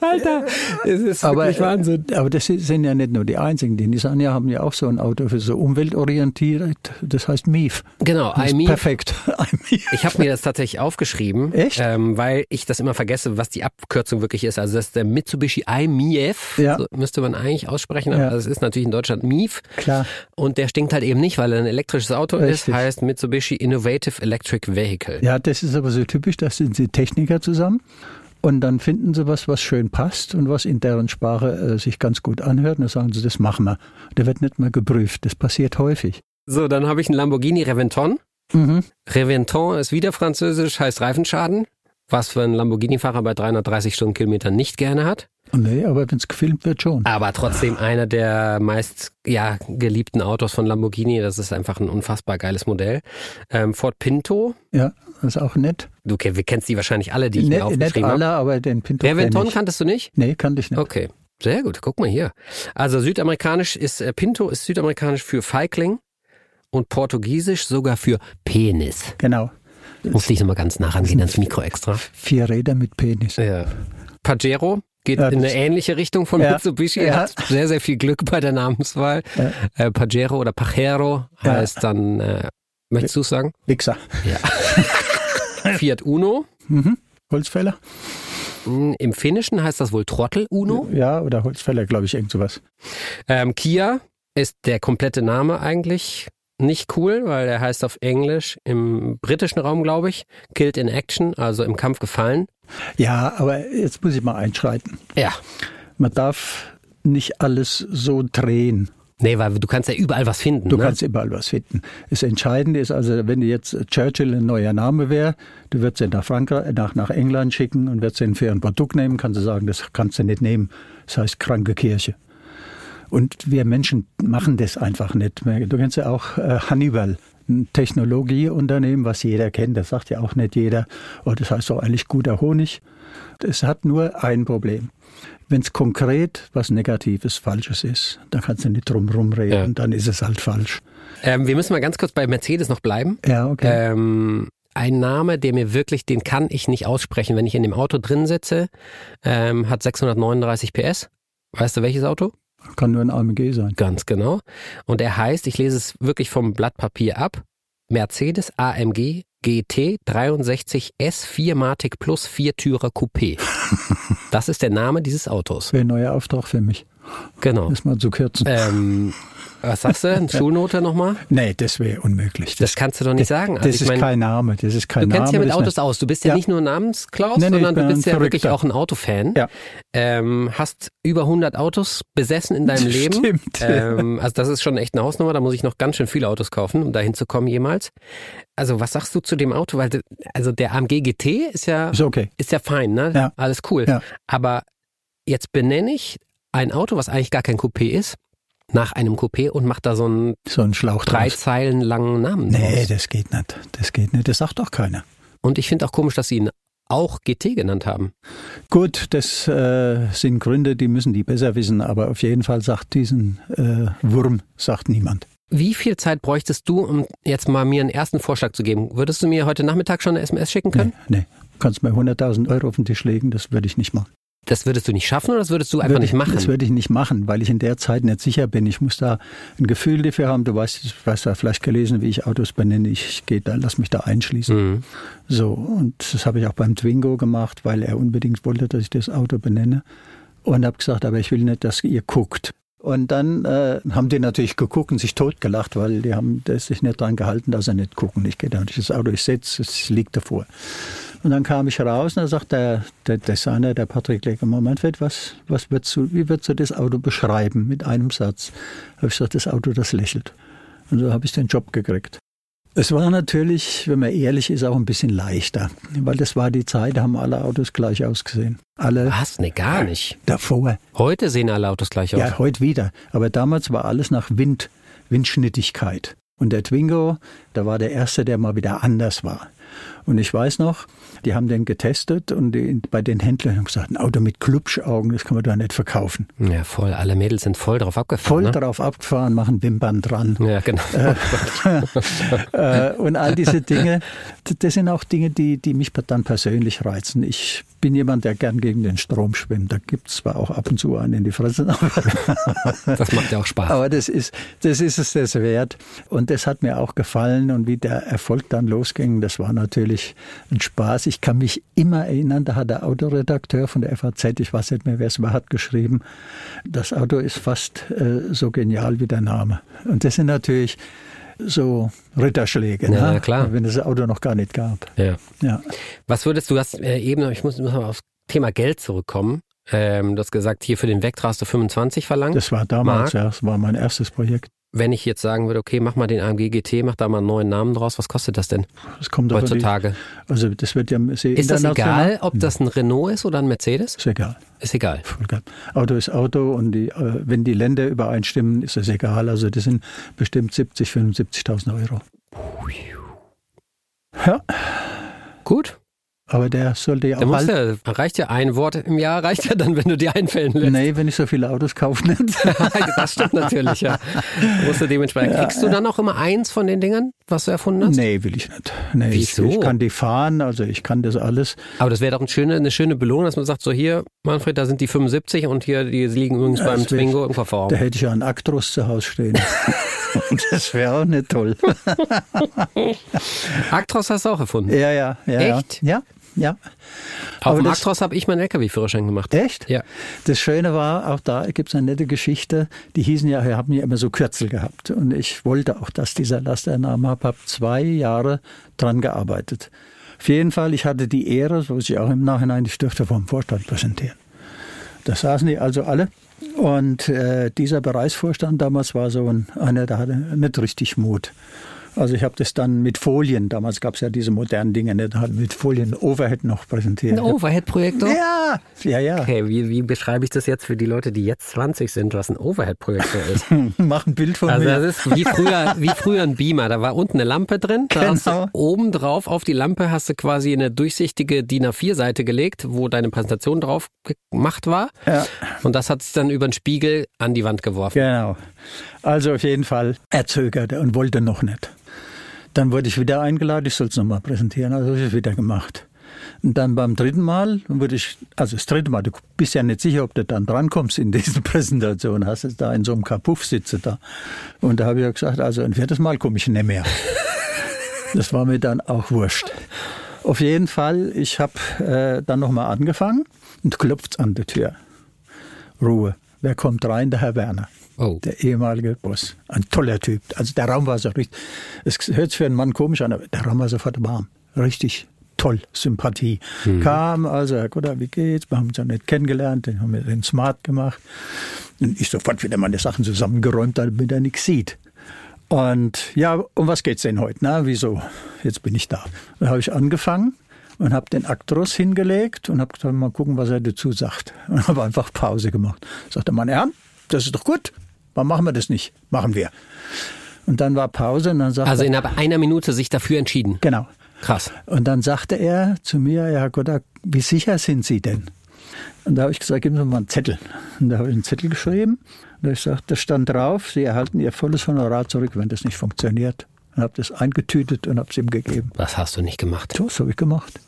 Speaker 3: Alter, es ist
Speaker 1: Aber, äh,
Speaker 3: wirklich Wahnsinn.
Speaker 1: aber das sind ja nicht nur die einzigen. Die Nissaner haben ja auch so ein Auto für so umweltorientiert. Das heißt MIF.
Speaker 3: Genau,
Speaker 1: Das
Speaker 3: I
Speaker 1: ist
Speaker 3: mean,
Speaker 1: perfekt. I mean.
Speaker 3: ich habe mir das tatsächlich aufgeschrieben,
Speaker 1: Echt?
Speaker 3: Ähm, weil ich das immer vergesse, was die Abkürzung wirklich ist. Also das ist der Mitsubishi IMIF,
Speaker 1: Ja.
Speaker 3: so müsste man eigentlich aussprechen, aber
Speaker 1: Ja.
Speaker 3: das ist natürlich in Deutschland MIF.
Speaker 1: Klar.
Speaker 3: Und der stinkt halt eben nicht, weil er ein elektrisches Auto ist,
Speaker 1: Richtig.
Speaker 3: heißt Mitsubishi Innovative Electric Vehicle.
Speaker 1: Ja, das ist aber so typisch, da sind sie Techniker zusammen und dann finden sie was, was schön passt und was in deren Sprache äh, sich ganz gut anhört und dann sagen sie, das machen wir. Da wird nicht mal geprüft. Das passiert häufig.
Speaker 3: So, dann habe ich einen Lamborghini Reventon.
Speaker 1: Mhm.
Speaker 3: Reventon ist wieder französisch, heißt Reifenschaden, was für einen Lamborghini-Fahrer bei 330 Stundenkilometern nicht gerne hat,
Speaker 1: Und nee, aber wenn es gefilmt wird, schon.
Speaker 3: aber trotzdem einer der meist ja, geliebten Autos von Lamborghini. Das ist einfach ein unfassbar geiles Modell. Ähm, Ford Pinto,
Speaker 1: Ja, das ist auch nett.
Speaker 3: du ke- wir kennst die wahrscheinlich alle, die ich mir
Speaker 1: Nett, nett
Speaker 3: aufgeschrieben
Speaker 1: Ne, alle,
Speaker 3: habe.
Speaker 1: aber den Pinto kenn
Speaker 3: Reventon
Speaker 1: ich.
Speaker 3: kanntest du nicht?
Speaker 1: Nee, kannte ich nicht.
Speaker 3: Okay, sehr gut, guck mal hier. Also südamerikanisch ist, äh, Pinto ist südamerikanisch für Feigling und portugiesisch sogar für Penis.
Speaker 1: Genau.
Speaker 3: Musste ich nochmal ganz nah rangehen ans Mikro extra.
Speaker 1: Vier Räder mit Penis.
Speaker 3: Ja. Pajero geht
Speaker 1: Ja,
Speaker 3: in eine
Speaker 1: das-
Speaker 3: ähnliche Richtung von
Speaker 1: Ja.
Speaker 3: Mitsubishi. Er
Speaker 1: Ja.
Speaker 3: hat sehr, sehr viel Glück bei der Namenswahl. Äh, Pajero oder Pajero
Speaker 1: Ja.
Speaker 3: heißt dann, äh, möchtest du es sagen?
Speaker 1: Wichser.
Speaker 3: Fiat Uno.
Speaker 1: Mhm. Holzfäller?
Speaker 3: Hm, Im Finnischen heißt das wohl Trottel Uno.
Speaker 1: Ja, oder Holzfäller, glaube ich, irgend sowas.
Speaker 3: Ähm, Kia ist der komplette Name eigentlich nicht cool, weil er heißt auf Englisch im britischen Raum, glaube ich, Killed in Action, also im Kampf gefallen.
Speaker 1: Ja, aber jetzt muss ich mal einschreiten.
Speaker 3: Ja,
Speaker 1: man darf nicht alles so drehen.
Speaker 3: Nee, weil du kannst ja überall was finden.
Speaker 1: Du
Speaker 3: ne?
Speaker 1: kannst überall was finden. Das Entscheidende ist also, wenn du jetzt Churchill ein neuer Name wäre, du würdest ihn nach Frankreich, nach, nach England schicken und würdest ihn für ein Produkt nehmen, kannst du sagen, das kannst du nicht nehmen. Das heißt kranke Kirche. Und wir Menschen machen das einfach nicht mehr. Du kennst ja auch äh, Hannibal, ein Technologieunternehmen, was jeder kennt. Das sagt ja auch nicht jeder. Oh, das heißt doch eigentlich guter Honig. Es hat nur ein Problem. Wenn es konkret was Negatives, Falsches ist, dann kannst du nicht drum rumreden,
Speaker 3: Ja.
Speaker 1: dann ist es halt falsch.
Speaker 3: Ähm, wir müssen mal ganz kurz bei Mercedes noch bleiben.
Speaker 1: Ja, okay.
Speaker 3: Ähm, ein Name, der mir wirklich, den kann ich nicht aussprechen. Wenn ich in dem Auto drin sitze, ähm, hat 639 PS. Weißt du welches Auto?
Speaker 1: Kann nur ein AMG sein.
Speaker 3: Ganz genau. Und er heißt, ich lese es wirklich vom Blatt Papier ab, Mercedes AMG GT 63 S4 Matic Plus Viertürer Coupé. Das ist der Name dieses Autos.
Speaker 1: Wäre ein neuer Auftrag für mich,
Speaker 3: Genau.
Speaker 1: das mal zu kürzen.
Speaker 3: Ähm, was sagst du? Schulnote nochmal?
Speaker 1: nee, das wäre unmöglich.
Speaker 3: Das kannst du doch nicht sagen. Also
Speaker 1: das
Speaker 3: ich
Speaker 1: ist
Speaker 3: meine,
Speaker 1: kein Name. Das ist kein
Speaker 3: Du kennst
Speaker 1: Name.
Speaker 3: ja mit
Speaker 1: das ist
Speaker 3: Autos aus. Du bist ja,
Speaker 1: Ja.
Speaker 3: nicht nur Namensklaus,
Speaker 1: Nee, nee,
Speaker 3: sondern
Speaker 1: ich
Speaker 3: du
Speaker 1: bin
Speaker 3: bist
Speaker 1: ein
Speaker 3: ja wirklich
Speaker 1: Verrückter.
Speaker 3: auch ein Autofan.
Speaker 1: Ja.
Speaker 3: Ähm, hast über 100 Autos besessen in deinem Leben.
Speaker 1: Stimmt.
Speaker 3: Ähm, also das ist schon echt eine Hausnummer. Da muss ich noch ganz schön viele Autos kaufen, um dahin zu kommen jemals. Also was sagst du zu dem Auto? Weil de- also der AMG GT ist ja
Speaker 1: Ist okay.
Speaker 3: ist ja fein, ne?
Speaker 1: Ja.
Speaker 3: Alles cool.
Speaker 1: Ja.
Speaker 3: Aber jetzt benenne ich ein Auto, was eigentlich gar kein Coupé ist, nach einem Coupé und mach da so einen
Speaker 1: So ein Schlauch
Speaker 3: drei
Speaker 1: draus.
Speaker 3: Zeilen langen Namen.
Speaker 1: Nee,
Speaker 3: draus.
Speaker 1: das geht nicht. Das geht nicht. Das sagt doch keiner.
Speaker 3: Und ich finde auch komisch, dass sie ihn auch GT genannt haben.
Speaker 1: Gut, das äh, sind Gründe, die müssen die besser wissen, aber auf jeden Fall sagt diesen äh, Wurm sagt niemand.
Speaker 3: Wie viel Zeit bräuchtest du, um jetzt mal mir einen ersten Vorschlag zu geben? Würdest du mir heute Nachmittag schon eine SMS schicken können?
Speaker 1: Nee, nee. Kannst mir 100.000 Euro auf den Tisch legen, das würde ich nicht machen.
Speaker 3: Das würdest du nicht schaffen oder das würdest du einfach
Speaker 1: würde
Speaker 3: nicht
Speaker 1: ich, Das
Speaker 3: machen?
Speaker 1: würde ich nicht machen, weil ich in der Zeit nicht sicher bin. Ich muss da ein Gefühl dafür haben. Du weißt, du hast da vielleicht gelesen, wie ich Autos benenne. Ich gehe da, lass mich da einschließen.
Speaker 3: Mhm.
Speaker 1: So, und das habe ich auch beim Twingo gemacht, weil er unbedingt wollte, dass ich das Auto benenne. Und habe gesagt, aber ich will nicht, dass ihr guckt. Und dann äh, haben die natürlich geguckt und sich totgelacht, weil die haben das sich nicht dran gehalten, dass sie nicht gucken. Ich gehe da durch das Auto, ich sitze, es liegt davor. Und dann kam ich raus und da sagt der, der Designer, der Patrick Leckermann, Manfred, was, was würdest du, wie würdest du das Auto beschreiben mit einem Satz? Habe ich gesagt, das Auto, das lächelt. Und so habe ich den Job gekriegt. Es war natürlich, wenn man ehrlich ist, auch ein bisschen leichter, weil das war die Zeit, da haben alle Autos gleich ausgesehen. Alle
Speaker 3: Was? Nee, gar nicht.
Speaker 1: davor.
Speaker 3: Heute sehen alle Autos gleich aus.
Speaker 1: Ja, heute wieder. Aber damals war alles nach Wind, Windschnittigkeit. Und der Twingo, da war der erste, der mal wieder anders war. Und ich weiß noch, die haben den getestet und die, bei den Händlern haben gesagt, ein Auto mit Klubschaugen, das kann man doch nicht verkaufen.
Speaker 3: Ja, voll. Alle Mädels sind voll drauf
Speaker 1: Voll
Speaker 3: abgefahren.
Speaker 1: drauf abgefahren, machen Wimpern dran.
Speaker 3: ne? Ja, genau.
Speaker 1: äh, und all diese Dinge, d- das sind auch Dinge, die, die mich dann persönlich reizen. Ich bin jemand, der gern gegen den Strom schwimmt. Da gibt es zwar auch ab und zu einen in die Fresse, aber,
Speaker 3: Das macht ja auch Spaß.
Speaker 1: aber das, ist, das ist es das wert. Und das hat mir auch gefallen. Und wie der Erfolg dann losging, das war natürlich ein Spaß. Ich kann mich immer erinnern, da hat der Autoredakteur von der FAZ, ich weiß nicht mehr, wer es war, hat geschrieben, das Auto ist fast äh, so genial wie der Name. Und das sind natürlich so Ritterschläge,
Speaker 3: Ja,
Speaker 1: ne?
Speaker 3: na klar.
Speaker 1: wenn es das Auto noch gar nicht gab.
Speaker 3: Ja.
Speaker 1: Ja.
Speaker 3: Was würdest du, du hast äh, eben, ich muss, muss mal aufs Thema Geld zurückkommen. Ähm, du hast gesagt, hier für den Vectra hast du 25 verlangt.
Speaker 1: Das war
Speaker 3: Marc?
Speaker 1: damals, ja, das war mein erstes Projekt.
Speaker 3: Wenn ich jetzt sagen würde, okay, mach mal den AMG GT, mach da mal einen neuen Namen draus, was kostet das denn
Speaker 1: Das kommt auf die-
Speaker 3: heutzutage?
Speaker 1: Also das wird ja sehr
Speaker 3: Ist das
Speaker 1: international. Hm.
Speaker 3: egal, ob das ein Renault ist oder ein Mercedes?
Speaker 1: Ist egal.
Speaker 3: Ist egal.
Speaker 1: Volker. Auto ist Auto und die, äh, wenn die Länder übereinstimmen, ist das egal. Also das sind bestimmt 70, 75.000 Euro. Ja,
Speaker 3: Gut.
Speaker 1: aber der sollte ja
Speaker 3: Dann
Speaker 1: auch
Speaker 3: musst
Speaker 1: halten.
Speaker 3: du, reicht ja ein Wort im Jahr, reicht ja dann, wenn du dir einfällen lässt. Also
Speaker 1: Nee, wenn ich so viele Autos kaufe, nicht.
Speaker 3: das stimmt natürlich, ja. Musst du dementsprechend. Kriegst du dann auch immer eins von den Dingern, was du erfunden hast?
Speaker 1: nee, will ich nicht. Nee,
Speaker 3: Wieso?
Speaker 1: Ich, ich kann die fahren, also ich kann das alles.
Speaker 3: Aber das wäre doch eine schöne, eine schöne Belohnung, dass man sagt, so hier, Manfred, da sind die 75 und hier, die liegen übrigens
Speaker 1: Ja,
Speaker 3: beim
Speaker 1: das wär-
Speaker 3: Twingo im
Speaker 1: Da
Speaker 3: Kofferraum.
Speaker 1: hätte ich ja einen Actros zu Hause stehen. das wäre auch nicht toll.
Speaker 3: Actros hast du auch erfunden.
Speaker 1: Ja, ja, ja. ja.
Speaker 3: Echt?
Speaker 1: Ja, ja.
Speaker 3: Auf
Speaker 1: aber
Speaker 3: dem
Speaker 1: das-
Speaker 3: Actros habe ich meinen LKW-Führerschein gemacht.
Speaker 1: Echt?
Speaker 3: Ja.
Speaker 1: Das Schöne war, auch da gibt es eine nette Geschichte. Die hießen ja, wir haben ja immer so Kürzel gehabt. Und ich wollte auch, dass dieser Laster einen Namen hat. Habe zwei Jahre dran gearbeitet. Auf jeden Fall, ich hatte die Ehre, so muss ich auch im Nachhinein die Stifte vom Vorstand präsentieren. Da saßen die also alle. Und äh, dieser Bereichsvorstand damals war so ein, einer, der hatte nicht richtig Mut. Also ich habe das dann mit Folien, damals gab es ja diese modernen Dinge, ne, da hat mit Folien Overhead noch präsentiert.
Speaker 3: Ein Overhead-Projektor?
Speaker 1: Ja, ja, ja.
Speaker 3: Okay, wie, wie beschreibe ich das jetzt für die Leute, die jetzt 20 sind, was ein Overhead-Projektor ist?
Speaker 1: Mach ein Bild von
Speaker 3: Also
Speaker 1: mir.
Speaker 3: das ist wie früher, wie früher ein Beamer. Da war unten eine Lampe drin. Da hast du
Speaker 1: Genau.
Speaker 3: oben drauf auf die Lampe hast du quasi eine durchsichtige DIN A4-Seite gelegt, wo deine Präsentation drauf gemacht war.
Speaker 1: Ja.
Speaker 3: Und das hat sich dann über den Spiegel an die Wand geworfen.
Speaker 1: Genau. Also auf jeden Fall, er zögerte und wollte noch nicht. Dann wurde ich wieder eingeladen, ich soll es nochmal präsentieren, also habe ich es wieder gemacht. Und dann beim dritten Mal wurde ich, also das dritte Mal, du bist ja nicht sicher, ob du dann drankommst in diese Präsentation, hast es da in so einem Kapuff sitze da. Und da habe ich ja gesagt, also ein viertes Mal komme ich nicht mehr. Das war mir dann auch wurscht. Auf jeden Fall, ich habe äh, dann nochmal angefangen und klopft an die Tür. Ruhe. Wer kommt rein? Der Herr Werner.
Speaker 3: Oh.
Speaker 1: Der ehemalige Boss. Ein toller Typ. Also der Raum war so richtig. Es hört sich für einen Mann komisch an, aber der Raum war sofort warm. Richtig toll. Sympathie. Kam also, Herr Kutter, wie geht's? Wir haben uns ja nicht kennengelernt, den haben wir den smart gemacht. Und ich sofort wieder meine Sachen zusammengeräumt, damit er nichts sieht. Und ja, um was geht's denn heute? Na, wieso? Jetzt bin ich da. Da habe ich angefangen und habe den Aktros hingelegt und habe gesagt, mal gucken, was er dazu sagt. Und habe einfach Pause gemacht. Sagte mein Herr, das ist doch gut. Warum machen wir das nicht? Machen wir. Und dann war Pause und dann sagte
Speaker 3: Also innerhalb einer Minute sich dafür entschieden.
Speaker 1: genau.
Speaker 3: Krass.
Speaker 1: Und dann sagte er zu mir, ja Herr Goddard, wie sicher sind Sie denn? Und da habe ich gesagt, geben Sie mir mal einen Zettel. Und da habe ich einen Zettel geschrieben. Und da habe ich gesagt, da stand drauf, Sie erhalten Ihr volles Honorar zurück, wenn das nicht funktioniert. Und habe das eingetütet und habe es ihm gegeben.
Speaker 3: Das hast du nicht gemacht.
Speaker 1: So, das habe ich gemacht.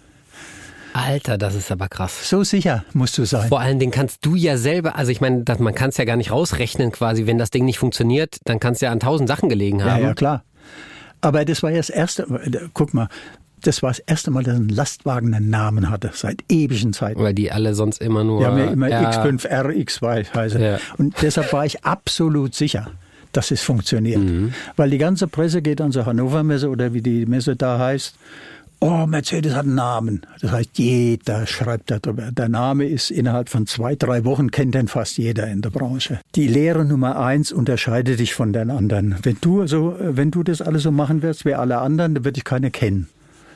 Speaker 3: Alter, das ist aber krass.
Speaker 1: So sicher musst du sein.
Speaker 3: Vor allen Dingen kannst du ja selber, also ich meine, das, man kann es ja gar nicht rausrechnen quasi, wenn das Ding nicht funktioniert, dann kann es ja an tausend Sachen gelegen
Speaker 1: Ja,
Speaker 3: haben.
Speaker 1: ja, klar. Aber das war ja das erste, guck mal, das war das erste Mal, dass ein Lastwagen einen Namen hatte, seit ewigen Zeiten.
Speaker 3: Weil die alle sonst immer nur.
Speaker 1: Wir haben ja immer
Speaker 3: Ja.
Speaker 1: X5R, X2 heiße.
Speaker 3: Ja.
Speaker 1: Und deshalb war ich absolut sicher, dass es funktioniert.
Speaker 3: Mhm.
Speaker 1: Weil die ganze Presse geht an so Hannover Messe oder wie die Messe da heißt. Oh, Mercedes hat einen Namen. Das heißt, jeder schreibt darüber. Der Name ist innerhalb von zwei, drei Wochen kennt den fast jeder in der Branche. Die Lehre Nummer eins unterscheidet dich von den anderen. Wenn du so, wenn du das alles so machen wirst wie alle anderen, dann würde ich keine kennen.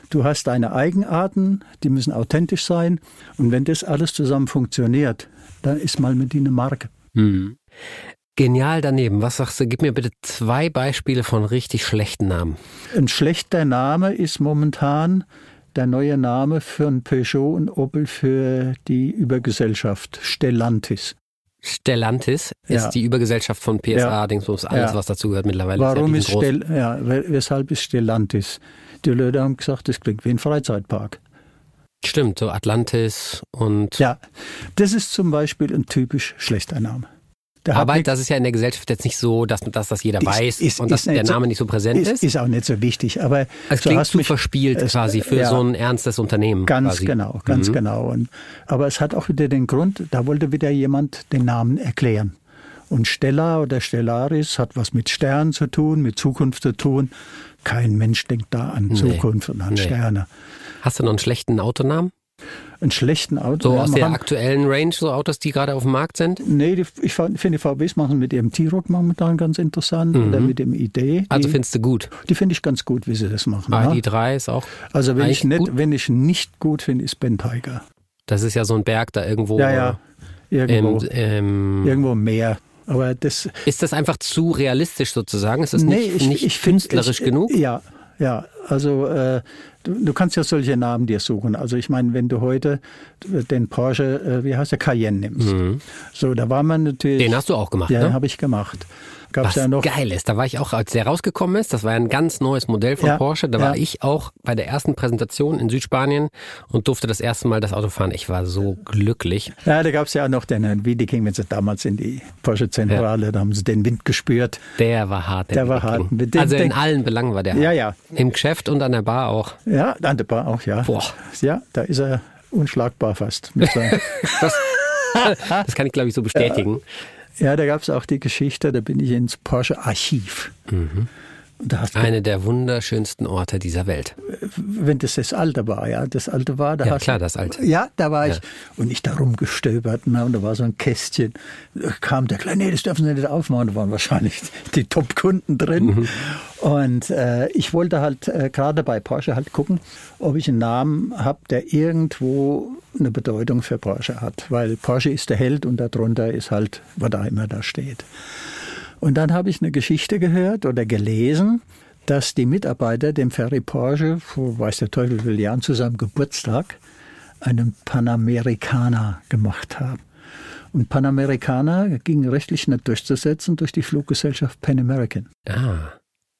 Speaker 1: Du hast deine Eigenarten, die müssen authentisch sein. Und wenn das alles zusammen funktioniert, dann ist mal mit eine Marke.
Speaker 3: Mhm. Genial daneben. Was sagst du? Gib mir bitte zwei Beispiele von richtig schlechten Namen.
Speaker 1: Ein schlechter Name ist momentan der neue Name für ein Peugeot und Opel für die Übergesellschaft Stellantis.
Speaker 3: Stellantis ist
Speaker 1: Ja.
Speaker 3: die Übergesellschaft von PSA,
Speaker 1: Ja.
Speaker 3: Dingsbums, alles,
Speaker 1: Ja.
Speaker 3: was dazugehört mittlerweile.
Speaker 1: Warum
Speaker 3: ist
Speaker 1: ist
Speaker 3: ja riesengroß.
Speaker 1: Stell, ja, we- weshalb ist Stellantis? Die Leute haben gesagt, das klingt wie ein Freizeitpark.
Speaker 3: Stimmt, so Atlantis und
Speaker 1: Ja, das ist zum Beispiel ein typisch schlechter Name. Der hat
Speaker 3: Aber
Speaker 1: nichts-
Speaker 3: das ist ja in der Gesellschaft jetzt nicht so, dass, dass das jeder
Speaker 1: Ist-
Speaker 3: weiß
Speaker 1: ist-
Speaker 3: und dass
Speaker 1: ist
Speaker 3: der
Speaker 1: nicht so-
Speaker 3: Name nicht so präsent ist. Also
Speaker 1: ist, ist auch nicht so wichtig. Aber
Speaker 3: es
Speaker 1: du
Speaker 3: klingt
Speaker 1: hast
Speaker 3: zu
Speaker 1: mich,
Speaker 3: verspielt
Speaker 1: es-
Speaker 3: quasi für
Speaker 1: ja.
Speaker 3: so ein ernstes Unternehmen.
Speaker 1: Ganz
Speaker 3: quasi. Mhm.
Speaker 1: genau, ganz genau. Und, aber es hat auch wieder den Grund, da wollte wieder jemand den Namen erklären. Und Stella oder Stellaris hat was mit Stern zu tun, mit Zukunft zu tun. Kein Mensch denkt da an Zukunft und an
Speaker 3: Nee.
Speaker 1: Sterne.
Speaker 3: Hast du noch einen schlechten Autonamen?
Speaker 1: Einen schlechten Auto.
Speaker 3: So
Speaker 1: ja,
Speaker 3: aus
Speaker 1: man
Speaker 3: der
Speaker 1: kann-
Speaker 3: aktuellen Range, so Autos, die gerade auf dem Markt sind?
Speaker 1: nee, die, ich fand- finde die VWs machen mit ihrem T-Rock momentan ganz interessant oder mit dem ID.
Speaker 3: Mhm. Also
Speaker 1: die
Speaker 3: findest du gut.
Speaker 1: die finde ich ganz gut, wie sie das machen. ja.
Speaker 3: ID3 ist auch.
Speaker 1: Also wenn ich,
Speaker 3: eigentlich gut.
Speaker 1: nicht, wenn ich nicht gut finde, ist Ben Tiger.
Speaker 3: Das ist ja so ein Berg da irgendwo.
Speaker 1: Ja, ja. Irgendwo,
Speaker 3: Ähm, ähm,
Speaker 1: irgendwo mehr. Aber das,
Speaker 3: ist das einfach zu realistisch sozusagen? Ist das nicht, nicht
Speaker 1: find-
Speaker 3: künstlerisch
Speaker 1: ich-
Speaker 3: genug?
Speaker 1: Ja, ja. Also äh, du, du kannst ja solche Namen dir suchen. Also ich meine, wenn du heute den Porsche, äh, wie heißt der, Cayenne nimmst. So, da war man natürlich.
Speaker 3: Mhm. Den hast du auch gemacht,
Speaker 1: Ja,
Speaker 3: ne?
Speaker 1: habe ich gemacht. Gab's
Speaker 3: Was
Speaker 1: ja noch.
Speaker 3: geil ist, da war ich auch, als der rausgekommen ist, das war ja ein ganz neues Modell von
Speaker 1: Ja,
Speaker 3: Porsche, da war
Speaker 1: ja.
Speaker 3: ich auch bei der ersten Präsentation in Südspanien und durfte das erste Mal das Auto fahren. Ich war so glücklich.
Speaker 1: Ja, da gab's ja auch noch den äh, Herrn Wiedeking, wenn sie damals in die Porsche-Zentrale, da haben sie den Wind gespürt.
Speaker 3: Der war hart.
Speaker 1: Der war hart.
Speaker 3: Belangen.
Speaker 1: Mit dem
Speaker 3: Also in
Speaker 1: denk-
Speaker 3: allen Belangen war der hart.
Speaker 1: Ja, ja.
Speaker 3: Im Geschäft und an der Bar auch.
Speaker 1: Ja, an der Bar auch, ja.
Speaker 3: Boah.
Speaker 1: Ja, da ist er unschlagbar fast. Mit seinem-
Speaker 3: Das kann ich, glaube ich, so bestätigen. Mhm.
Speaker 1: Ja, da gab's auch die Geschichte, da bin ich ins Porsche-Archiv. Da hast du-
Speaker 3: Eine der wunderschönsten Orte dieser Welt.
Speaker 1: wenn das das Alte war, ja, das Alte war, da
Speaker 3: Ja,
Speaker 1: hast
Speaker 3: klar,
Speaker 1: du,
Speaker 3: das Alte.
Speaker 1: Ja, da war
Speaker 3: Ja.
Speaker 1: ich und ich da rumgestöbert na, und da war so ein Kästchen, da kam der Kleine, nee, das dürfen Sie nicht aufmachen, da waren wahrscheinlich die Top-Kunden drin
Speaker 3: Mhm.
Speaker 1: und äh, ich wollte halt äh, gerade bei Porsche halt gucken, ob ich einen Namen habe, der irgendwo eine Bedeutung für Porsche hat, weil Porsche ist der Held und darunter ist halt, was da immer da steht. Und dann habe ich eine Geschichte gehört oder gelesen, dass die Mitarbeiter dem Ferry Porsche vor weiß der Teufel wie vielen Jahren zu seinem Geburtstag einen Panamericana gemacht haben. Und Panamericana ging rechtlich nicht durchzusetzen durch die Fluggesellschaft Pan American.
Speaker 3: Ah,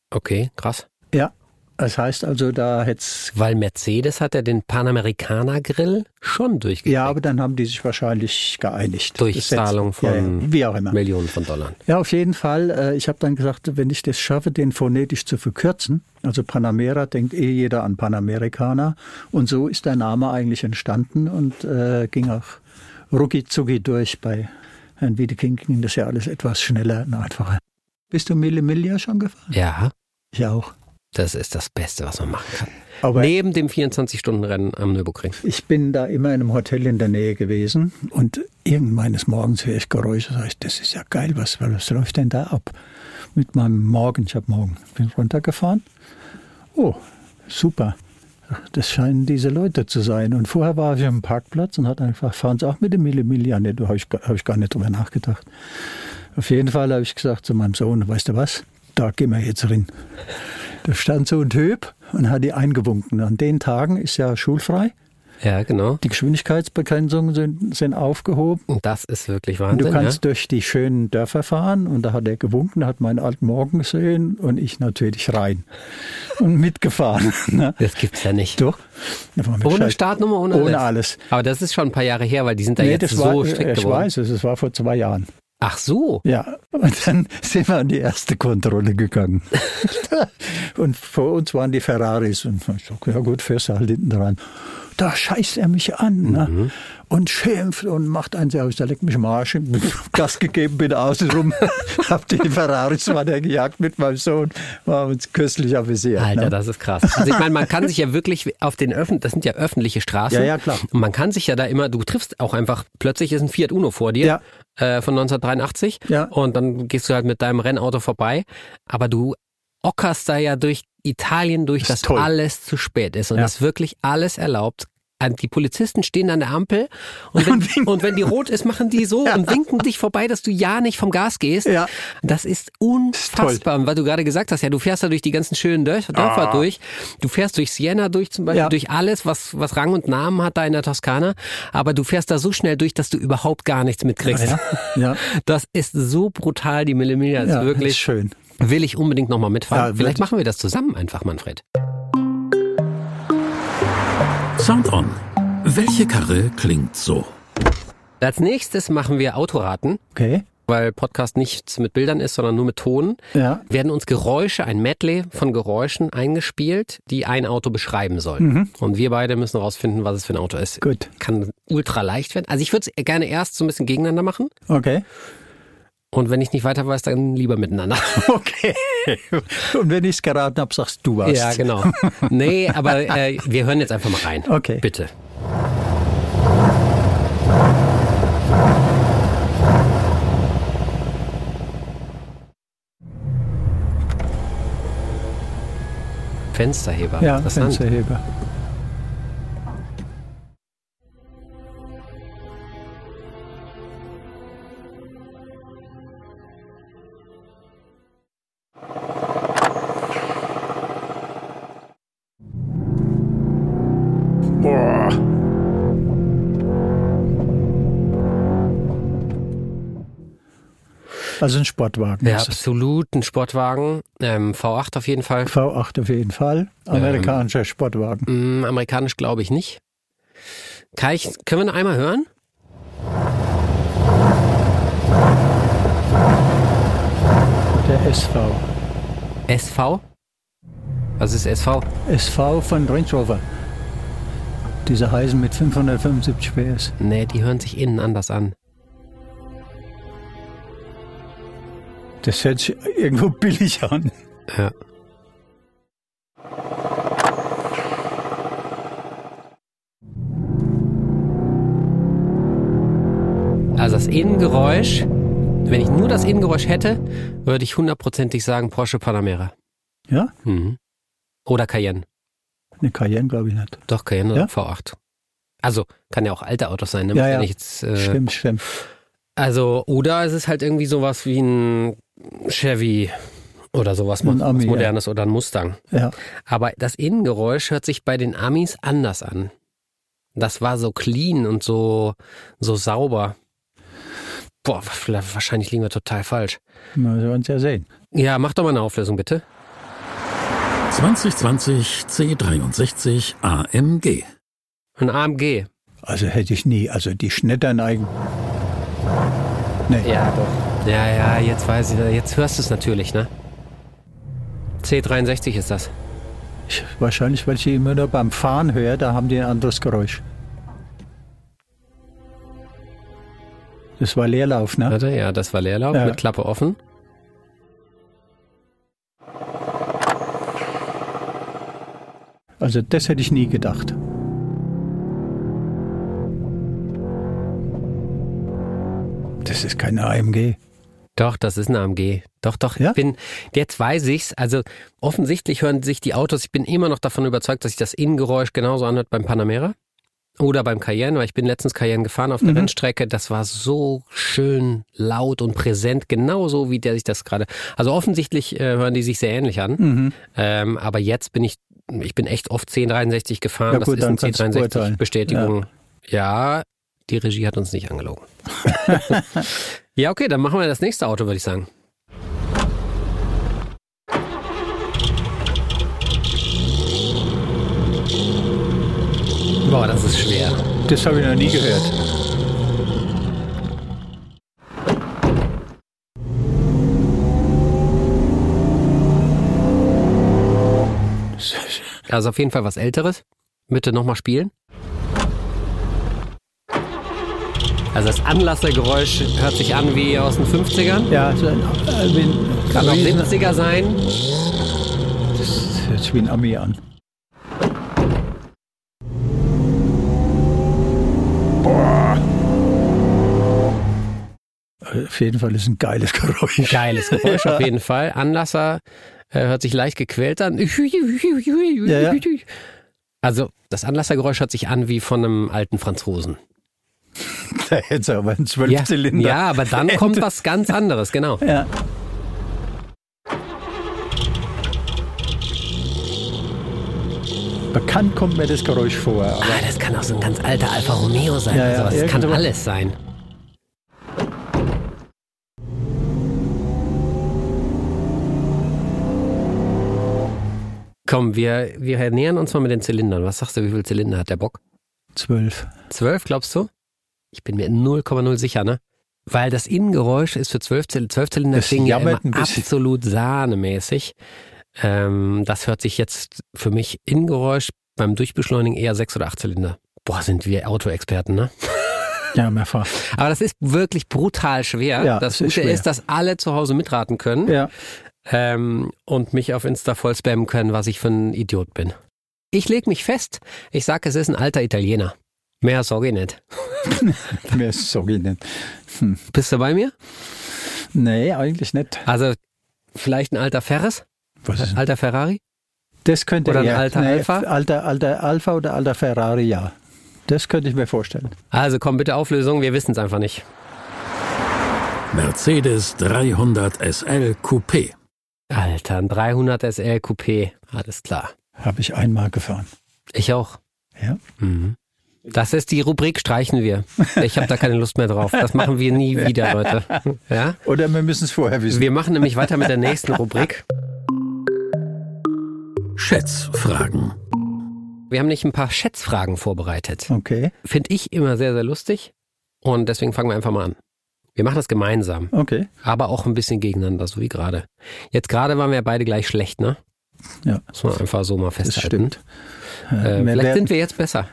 Speaker 3: okay, krass.
Speaker 1: Ja, das heißt also, da hätte es.
Speaker 3: Weil Mercedes hat ja den Panamericana Grill schon durchgekriegt.
Speaker 1: Ja, aber dann haben die sich wahrscheinlich geeinigt.
Speaker 3: Durch
Speaker 1: Das hätte-
Speaker 3: Zahlung von
Speaker 1: ja, ja, wie auch immer.
Speaker 3: Millionen von Dollar.
Speaker 1: Ja, auf jeden Fall. Äh, Ich habe dann gesagt, wenn ich das schaffe, den phonetisch zu verkürzen, also Panamera denkt eh jeder an Panamerikaner. Und so ist der Name eigentlich entstanden und äh, ging auch rucki zucki durch. Bei Herrn Wiedeking ging das ja alles etwas schneller und einfacher. Bist du Mille Miglia schon gefahren?
Speaker 3: Ja,
Speaker 1: Ich auch.
Speaker 3: das ist das Beste, was man machen kann.
Speaker 1: Aber
Speaker 3: Neben dem 24-Stunden-Rennen am Nürburgring.
Speaker 1: ich bin da immer in einem Hotel in der Nähe gewesen und irgendeines Morgens höre ich Geräusche. Sag ich, das ist ja geil, was, was läuft denn da ab? Mit meinem Morgen, ich habe morgen, bin runtergefahren. Oh, super. Das scheinen diese Leute zu sein. Und vorher war ich am Parkplatz und hat einfach, fahren Sie auch mit dem Mille Miglia? Nee, da habe ich, gar- hab ich gar nicht drüber nachgedacht. Auf jeden Fall habe ich gesagt zu meinem Sohn, weißt du was, da gehen wir jetzt rein. Da stand so ein Typ und hat die eingewunken. An den Tagen ist ja schulfrei.
Speaker 3: Ja, genau.
Speaker 1: Die Geschwindigkeitsbegrenzungen sind, sind aufgehoben.
Speaker 3: Und das ist wirklich
Speaker 1: Und
Speaker 3: Wahnsinn.
Speaker 1: du kannst
Speaker 3: ja?
Speaker 1: durch die schönen Dörfer fahren. Und da hat er gewunken, hat meinen alten Morgen gesehen und ich natürlich rein und mitgefahren. ne?
Speaker 3: Das gibt's ja nicht.
Speaker 1: Doch. Da war mir
Speaker 3: Ohne
Speaker 1: gescheit.
Speaker 3: Startnummer, ohne,
Speaker 1: Ohne
Speaker 3: alles.
Speaker 1: alles.
Speaker 3: Aber das ist schon ein paar Jahre her, weil die sind da
Speaker 1: Nee,
Speaker 3: jetzt
Speaker 1: das
Speaker 3: so
Speaker 1: war, äh,
Speaker 3: strikt
Speaker 1: ich
Speaker 3: geworden.
Speaker 1: weiß es, es war vor zwei Jahren.
Speaker 3: Ach so.
Speaker 1: Ja, und dann sind wir an die erste Kontrolle gegangen. und vor uns waren die Ferraris. Und ich sag, ja gut, fährst du halt hinten dran. Da scheißt er mich an
Speaker 3: Mhm.
Speaker 1: ne? und schimpft und macht einen sehr aus, da leckt mich im Arsch. Gas gegeben, bin außen rum, hab die Ferraris weitergejagt mit meinem Sohn, war uns köstlich amüsiert.
Speaker 3: Alter,
Speaker 1: ne?
Speaker 3: das ist krass. Also ich meine, man kann sich ja wirklich auf den öffentlichen, das sind ja öffentliche Straßen.
Speaker 1: Ja, ja, klar.
Speaker 3: Und man kann sich ja da immer, du triffst auch einfach, plötzlich ist ein Fiat Uno vor dir
Speaker 1: Ja.
Speaker 3: äh, von 1983
Speaker 1: Ja.
Speaker 3: und dann gehst du halt mit deinem Rennauto vorbei, aber du ockerst da ja durch Italien durch,
Speaker 1: Ist
Speaker 3: dass
Speaker 1: toll.
Speaker 3: alles zu spät ist und
Speaker 1: Ja.
Speaker 3: dass wirklich alles erlaubt. An- Die Polizisten stehen an der Ampel und wenn, und wenn die rot ist, machen die so und winken dich vorbei, dass du ja nicht vom Gas gehst.
Speaker 1: Ja.
Speaker 3: Das ist unfassbar. Und weil du gerade gesagt hast, ja, du fährst da durch die ganzen schönen Dör- Dörfer durch. Du fährst durch Siena durch zum Beispiel,
Speaker 1: Ja.
Speaker 3: durch alles, was, was Rang und Namen hat da in der Toskana. Aber du fährst da so schnell durch, dass du überhaupt gar nichts mitkriegst.
Speaker 1: Ja, ja.
Speaker 3: Das ist so brutal, die
Speaker 1: Ja,
Speaker 3: Millimilia. ist
Speaker 1: ist
Speaker 3: wirklich,
Speaker 1: schön.
Speaker 3: will ich unbedingt nochmal mitfahren.
Speaker 1: Ja, wirklich.
Speaker 3: Vielleicht machen wir das zusammen einfach, Manfred.
Speaker 2: Sound on. Welche Karre klingt so?
Speaker 3: Als nächstes machen wir Autoraten,
Speaker 1: Okay,
Speaker 3: weil Podcast nichts mit Bildern ist, sondern nur mit Ton.
Speaker 1: ja.
Speaker 3: werden uns Geräusche, ein Medley von Geräuschen eingespielt, die ein Auto beschreiben sollen. Und wir beide müssen rausfinden, was es für ein Auto ist.
Speaker 1: Mhm. Gut.
Speaker 3: Kann ultra leicht werden. Also ich würde es gerne erst so ein bisschen gegeneinander machen.
Speaker 1: Okay.
Speaker 3: Und wenn ich nicht weiter weiß, dann lieber miteinander.
Speaker 1: Okay. Und wenn ich es geraten habe, sagst du was.
Speaker 3: ja, genau. Nee, aber äh, wir hören jetzt einfach mal rein.
Speaker 1: Okay.
Speaker 3: Bitte. Fensterheber.
Speaker 1: Ja,
Speaker 3: Interessant.
Speaker 1: Fensterheber. Also ein Sportwagen.
Speaker 3: Ja,
Speaker 1: ist es.
Speaker 3: absolut ein Sportwagen. Ähm, V8 auf jeden Fall.
Speaker 1: V8 auf jeden Fall. Amerikanischer Sportwagen.
Speaker 3: Mm, amerikanisch glaube ich nicht. Kann ich, können wir noch einmal hören?
Speaker 1: Der SV.
Speaker 3: SV? Was ist SV?
Speaker 1: SV von Range Rover. Diese heißen mit 575 PS.
Speaker 3: Nee, die hören sich innen anders an.
Speaker 1: Das hört sich irgendwo billig an.
Speaker 3: Ja. Also das Innengeräusch, wenn ich nur das Innengeräusch hätte, würde ich hundertprozentig sagen Porsche Panamera.
Speaker 1: Ja?
Speaker 3: Mhm. Oder Cayenne.
Speaker 1: Eine Cayenne glaube ich nicht.
Speaker 3: Doch, Cayenne
Speaker 1: Ja?
Speaker 3: V8. Also, kann ja auch alte Autos sein, ne?
Speaker 1: Ja,
Speaker 3: Muss
Speaker 1: ja.
Speaker 3: nicht jetzt, äh,
Speaker 1: Stimmt, stimmt.
Speaker 3: also, oder es ist halt irgendwie sowas wie ein Chevy oder sowas,
Speaker 1: Ein
Speaker 3: was
Speaker 1: Ami, ja.
Speaker 3: modernes oder ein Mustang.
Speaker 1: Ja.
Speaker 3: Aber das Innengeräusch hört sich bei den Amis anders an. Das war so clean und so, so sauber. Boah, vielleicht- wahrscheinlich liegen wir total falsch.
Speaker 1: Wir werden es ja sehen.
Speaker 3: Ja, mach doch mal eine Auflösung, bitte.
Speaker 2: 2020 C63 AMG.
Speaker 3: Ein AMG.
Speaker 1: Also hätte ich nie. Also die schnettern eigentlich. Nee.
Speaker 3: Ja, doch. Ja, ja, jetzt weiß ich, jetzt hörst du es natürlich, ne? C63 ist das.
Speaker 1: Ich, wahrscheinlich, weil ich die immer nur beim Fahren höre, da haben die ein anderes Geräusch. Das war Leerlauf, ne?
Speaker 3: Warte, ja, das war Leerlauf
Speaker 1: Ja.
Speaker 3: mit Klappe offen.
Speaker 1: Also das hätte ich nie gedacht. Das ist keine AMG.
Speaker 3: Doch, das ist ein AMG. Doch, doch.
Speaker 1: Ja?
Speaker 3: Ich bin, jetzt weiß ich's. Also offensichtlich hören sich die Autos. Ich bin immer noch davon überzeugt, dass sich das Innengeräusch genauso anhört beim Panamera oder beim Cayenne, weil ich bin letztens Cayenne gefahren auf der
Speaker 1: Mhm.
Speaker 3: Rennstrecke. Das war so schön laut und präsent, genauso wie der sich das gerade. Also offensichtlich äh, hören die sich sehr ähnlich an.
Speaker 1: Mhm.
Speaker 3: Ähm, aber jetzt bin ich, ich bin echt oft 1063 gefahren.
Speaker 1: Ja, gut,
Speaker 3: das
Speaker 1: dann
Speaker 3: ist ein
Speaker 1: kannst du beurteilen.
Speaker 3: 1063 Bestätigung. ja, die Regie hat uns nicht angelogen. Ja, okay, dann machen wir das nächste Auto, würde ich sagen. Boah, das ist schwer.
Speaker 1: Das habe ich noch nie gehört.
Speaker 3: Also auf jeden Fall was Älteres. Bitte nochmal spielen. Also das Anlassergeräusch hört sich an wie aus den 50ern.
Speaker 1: Ja, so ein, äh, wie ein,
Speaker 3: Kann auch
Speaker 1: Riesen-
Speaker 3: 70er sein.
Speaker 1: das hört sich wie ein Ami an. Boah. Äh, Auf jeden Fall ist ein geiles Geräusch.
Speaker 3: Geiles Geräusch auf jeden Fall. Anlasser äh, hört sich leicht gequält an.
Speaker 1: ja.
Speaker 3: Also das Anlassergeräusch hört sich an wie von einem alten Franzosen.
Speaker 1: Da hätte es aber einen
Speaker 3: Ja,
Speaker 1: Zwölfzylinder.
Speaker 3: ja aber dann kommt was ganz anderes, genau.
Speaker 1: ja. Bekannt kommt mir das Geräusch vor. Aber
Speaker 3: Ah, das kann auch so ein ganz alter Alfa Romeo sein.
Speaker 1: Ja,
Speaker 3: oder
Speaker 1: ja, genau.
Speaker 3: sowas. das kann
Speaker 1: irgendwo-
Speaker 3: alles sein. Komm, wir, wir nähern uns mal mit den Zylindern. Was sagst du, wie viel Zylinder hat der Bock?
Speaker 1: zwölf.
Speaker 3: Zwölf, glaubst du? Ich bin mir 0,0 sicher, ne? Weil das Innengeräusch ist für zwölf, Zyl- zwölf Zylinder
Speaker 1: Das
Speaker 3: klingen ja immer
Speaker 1: jammert ein bisschen.
Speaker 3: absolut sahnemäßig. Ähm, das hört sich jetzt für mich Innengeräusch beim Durchbeschleunigen eher sechs oder acht Zylinder. Boah, sind wir Autoexperten, ne?
Speaker 1: Ja, mehrfach.
Speaker 3: Aber das ist wirklich brutal schwer.
Speaker 1: Ja,
Speaker 3: das
Speaker 1: es ist
Speaker 3: Gute
Speaker 1: schwer.
Speaker 3: ist, dass alle zu Hause mitraten können
Speaker 1: Ja.
Speaker 3: ähm, und mich auf Insta voll spammen können, was ich für ein Idiot bin. Ich leg mich fest, ich sag, es ist ein alter Italiener. Mehr sorge ich nicht.
Speaker 1: Mehr sage ich nicht. Hm.
Speaker 3: Bist du bei mir?
Speaker 1: Nee, eigentlich nicht.
Speaker 3: Also vielleicht ein alter Ferris,
Speaker 1: Was ist
Speaker 3: alter Ferrari.
Speaker 1: das könnte
Speaker 3: Oder ein
Speaker 1: eher-
Speaker 3: alter Alpha?
Speaker 1: Alter, alter Alpha oder alter Ferrari, ja. Das könnte ich mir vorstellen.
Speaker 3: Also komm bitte Auflösung, wir wissen es einfach nicht.
Speaker 2: Mercedes 300 SL Coupé.
Speaker 3: Alter, ein 300 SL Coupé, alles klar.
Speaker 1: Habe ich einmal gefahren.
Speaker 3: Ich auch.
Speaker 1: Ja.
Speaker 3: Mhm. Das ist die Rubrik streichen wir. Ich habe da keine Lust mehr drauf. Das machen wir nie wieder, Leute. Ja?
Speaker 1: Oder wir müssen es vorher wissen.
Speaker 3: Wir machen nämlich weiter mit der nächsten Rubrik.
Speaker 2: Schätzfragen.
Speaker 3: Wir haben nicht ein paar Schätzfragen vorbereitet.
Speaker 1: Okay,
Speaker 3: Finde ich immer sehr, sehr lustig. Und deswegen fangen wir einfach mal an. Wir machen das gemeinsam,
Speaker 1: okay.
Speaker 3: aber auch ein bisschen gegeneinander, so wie gerade. Jetzt gerade waren wir beide gleich schlecht, ne?
Speaker 1: Ja,
Speaker 3: Muss man einfach so mal
Speaker 1: das
Speaker 3: festhalten.
Speaker 1: stimmt.
Speaker 3: Äh,
Speaker 1: Wir
Speaker 3: vielleicht
Speaker 1: werden-
Speaker 3: sind wir jetzt besser.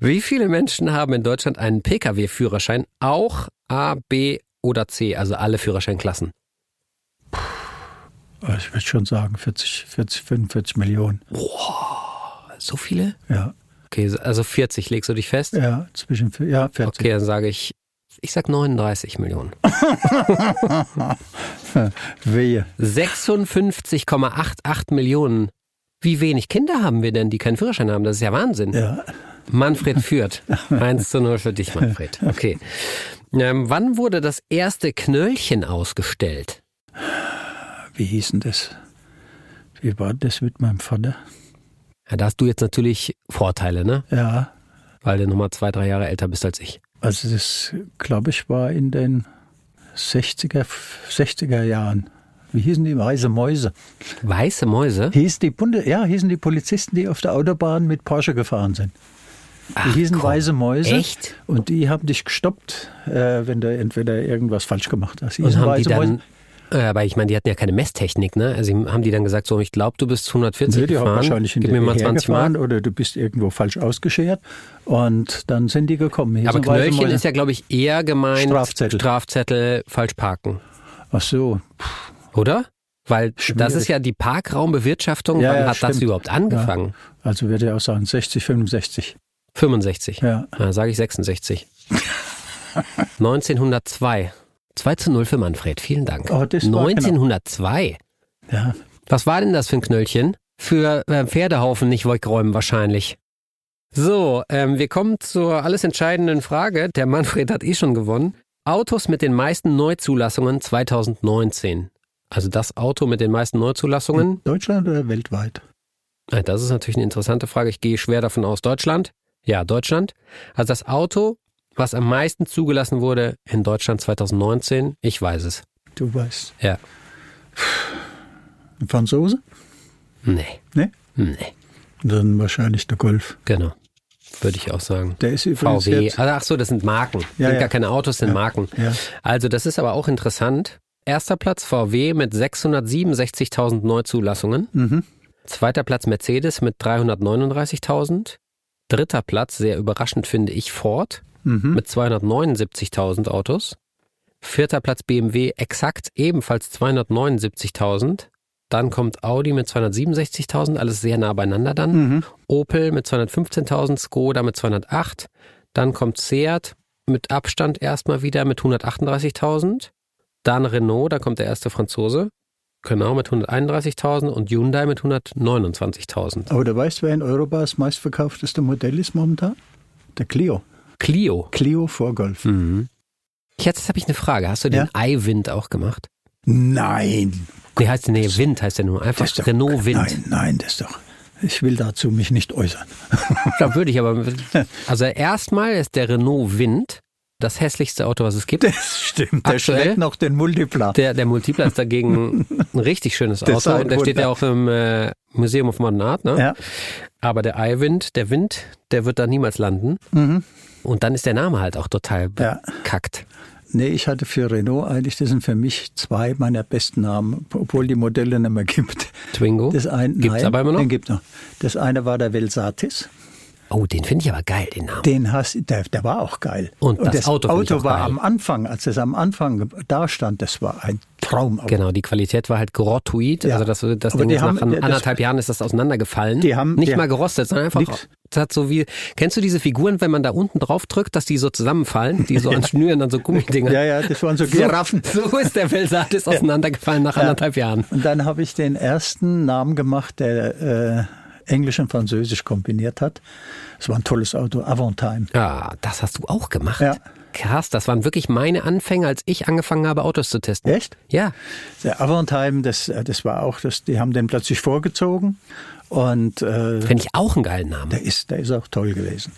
Speaker 3: Wie viele Menschen haben in Deutschland einen Pkw-Führerschein, auch A, B oder C, also alle Führerscheinklassen?
Speaker 1: Oh, Ich würde schon sagen 40, 40, 45 Millionen.
Speaker 3: So viele?
Speaker 1: Ja.
Speaker 3: Okay, also 40 legst du dich fest?
Speaker 1: Ja, zwischen vier- ja, 40.
Speaker 3: Okay, dann sage ich, ich sag 39 Millionen.
Speaker 1: Wehe.
Speaker 3: 56,88 Millionen. Wie wenig Kinder haben wir denn, die keinen Führerschein haben? Das ist ja Wahnsinn.
Speaker 1: Ja.
Speaker 3: Manfred führt. 1 zu 0 für dich, Manfred. Okay. Ähm, wann wurde das erste Knöllchen ausgestellt?
Speaker 1: Wie hieß denn das? Wie war das mit meinem Vater?
Speaker 3: Ja, da hast du jetzt natürlich Vorteile, ne?
Speaker 1: Ja,
Speaker 3: Weil du nochmal zwei, drei Jahre älter bist als ich.
Speaker 1: also das, glaube ich, war in den 60er, 60er Jahren. Wie hießen die weiße Mäuse?
Speaker 3: Weiße Mäuse?
Speaker 1: Hieß die Bunde, ja, hießen die Polizisten, die auf der Autobahn mit Porsche gefahren sind. Die hießen
Speaker 3: komm.
Speaker 1: weiße Mäuse.
Speaker 3: Echt?
Speaker 1: Und die haben dich gestoppt, äh, wenn du entweder irgendwas falsch gemacht hast. Die
Speaker 3: Und
Speaker 1: hießen
Speaker 3: haben die
Speaker 1: Weiße Mäuse.
Speaker 3: dann. Äh, aber ich meine, die hatten ja keine Messtechnik, ne? Also die- haben die dann gesagt, so, ich glaube, du bist 140
Speaker 1: Nee, die haben
Speaker 3: gefahren.
Speaker 1: wahrscheinlich
Speaker 3: Gib mir mal 20
Speaker 1: gefahren
Speaker 3: Mark.
Speaker 1: oder du bist irgendwo falsch ausgeschert und dann sind die gekommen. Hier
Speaker 3: Aber
Speaker 1: sind weiße
Speaker 3: Knöllchen
Speaker 1: Mäuse.
Speaker 3: ist ja, glaube ich, eher gemeint
Speaker 1: Strafzettel.
Speaker 3: Strafzettel falsch parken,
Speaker 1: Ach so,
Speaker 3: oder? Weil das
Speaker 1: Schwierig.
Speaker 3: ist ja die Parkraumbewirtschaftung.
Speaker 1: Ja,
Speaker 3: Wann
Speaker 1: ja,
Speaker 3: hat das
Speaker 1: stimmt.
Speaker 3: überhaupt angefangen?
Speaker 1: also würde ich auch sagen 60, 65.
Speaker 3: 65.
Speaker 1: Ja.
Speaker 3: Na, sage ich 66. 1902. 2 zu 0 für Manfred. Vielen Dank.
Speaker 1: Oh, das war
Speaker 3: 1902.
Speaker 1: Ja,
Speaker 3: Was war denn das für ein Knöllchen? Für äh, Pferdehaufen nicht wegräumen wahrscheinlich. So, ähm, wir kommen zur alles entscheidenden Frage. Der Manfred hat eh schon gewonnen. Autos mit den meisten Neuzulassungen 2019. Also das Auto mit den meisten Neuzulassungen.
Speaker 1: Deutschland oder weltweit?
Speaker 3: Äh, Das ist natürlich eine interessante Frage. Ich gehe schwer davon aus. Deutschland? Ja, Deutschland. Also das Auto, was am meisten zugelassen wurde in Deutschland 2019. Ich weiß es.
Speaker 1: Du weißt.
Speaker 3: Ja.
Speaker 1: Ein Franzose?
Speaker 3: Nee.
Speaker 1: Ne?
Speaker 3: Nee.
Speaker 1: Dann wahrscheinlich der Golf.
Speaker 3: Genau. Würde ich auch sagen.
Speaker 1: Der ist übrigens
Speaker 3: VW.
Speaker 1: jetzt.
Speaker 3: Also, ach so, das sind Marken.
Speaker 1: Ja,
Speaker 3: sind
Speaker 1: ja.
Speaker 3: gar keine Autos, sind
Speaker 1: Ja,
Speaker 3: Marken.
Speaker 1: ja.
Speaker 3: Also das ist aber auch interessant. Erster Platz VW mit 667.000 Neuzulassungen.
Speaker 1: Mhm.
Speaker 3: Zweiter Platz Mercedes mit 339.000. Dritter Platz, sehr überraschend finde ich, Ford
Speaker 1: Mhm.
Speaker 3: mit 279.000 Autos. Vierter Platz BMW exakt ebenfalls 279.000. Dann kommt Audi mit 267.000, alles sehr nah beieinander dann.
Speaker 1: Mhm.
Speaker 3: Opel mit 215.000, Skoda mit 208. Dann kommt Seat mit Abstand erstmal wieder mit 138.000. Dann Renault, da kommt der erste Franzose. Genau, mit 131.000 und Hyundai mit 129.000.
Speaker 1: Aber du weißt, wer in Europa das meistverkaufteste Modell ist momentan? Der Clio.
Speaker 3: Clio.
Speaker 1: Clio vor Golf.
Speaker 3: Jetzt habe ich eine Frage. Hast du den iWind auch gemacht?
Speaker 1: Nein.
Speaker 3: Nee, heißt, nee, Wind heißt ja nur einfach
Speaker 1: ist doch-
Speaker 3: Renault Wind.
Speaker 1: Nein, nein, das ist doch. Ich will dazu mich nicht äußern.
Speaker 3: Da würde ich aber. Also erstmal ist der Renault Wind das hässlichste Auto, was es gibt.
Speaker 1: Das stimmt. Der
Speaker 3: Aktuell?
Speaker 1: schlägt noch den Multipla.
Speaker 3: Der, der Multipler ist dagegen ein richtig schönes
Speaker 1: Das ist
Speaker 3: Auto.
Speaker 1: ein
Speaker 3: Und der steht ja auch im äh, Museum of Modern Art. Ne?
Speaker 1: Ja.
Speaker 3: Aber der Eiwind, der Wind, der wird da niemals landen.
Speaker 1: Mhm.
Speaker 3: Und dann ist der Name halt auch total
Speaker 1: Ja.
Speaker 3: bekackt.
Speaker 1: Nee, ich hatte für Renault eigentlich, das sind für mich zwei meiner besten Namen, obwohl die Modelle nicht mehr gibt.
Speaker 3: Twingo.
Speaker 1: Das ein,
Speaker 3: Gibt's
Speaker 1: nein,
Speaker 3: aber immer noch?
Speaker 1: Den gibt noch. Das eine war der Velsatis.
Speaker 3: oh, den finde ich aber geil, den Namen.
Speaker 1: Den hast, der, der war auch geil.
Speaker 3: Und das Auto finde ich auch
Speaker 1: war
Speaker 3: geil.
Speaker 1: am Anfang, als es am Anfang ge- da stand, das war ein Traumauto.
Speaker 3: Genau, die Qualität war halt grottuit.
Speaker 1: Ja.
Speaker 3: Also das, das
Speaker 1: Aber
Speaker 3: Ding
Speaker 1: die
Speaker 3: ist
Speaker 1: haben-
Speaker 3: nach an-
Speaker 1: das-
Speaker 3: anderthalb Jahren ist das auseinandergefallen.
Speaker 1: Die haben-
Speaker 3: nicht
Speaker 1: die-
Speaker 3: mal gerostet, sondern einfach.
Speaker 1: Nix.
Speaker 3: Das hat so wie, kennst du diese Figuren, wenn man da unten drauf drückt, dass die so zusammenfallen, die so an Schnüren, dann so Gummidinger.
Speaker 1: Ja, ja, das waren so
Speaker 3: So-
Speaker 1: Giraffen.
Speaker 3: So ist der Velsatis auseinandergefallen nach anderthalb Jahren.
Speaker 1: Und dann habe ich den ersten Namen gemacht, der äh, Englisch und Französisch kombiniert hat. Es war ein tolles Auto, Avantime.
Speaker 3: Ah, das hast du auch gemacht.
Speaker 1: Ja.
Speaker 3: Krass, das waren wirklich meine Anfänge, als ich angefangen habe, Autos zu testen.
Speaker 1: Echt?
Speaker 3: Ja.
Speaker 1: Der Avantime, das, äh, das war auch, das, die haben den plötzlich vorgezogen und äh,
Speaker 3: Finde ich auch einen geilen Namen.
Speaker 1: der, ist, der ist auch toll gewesen.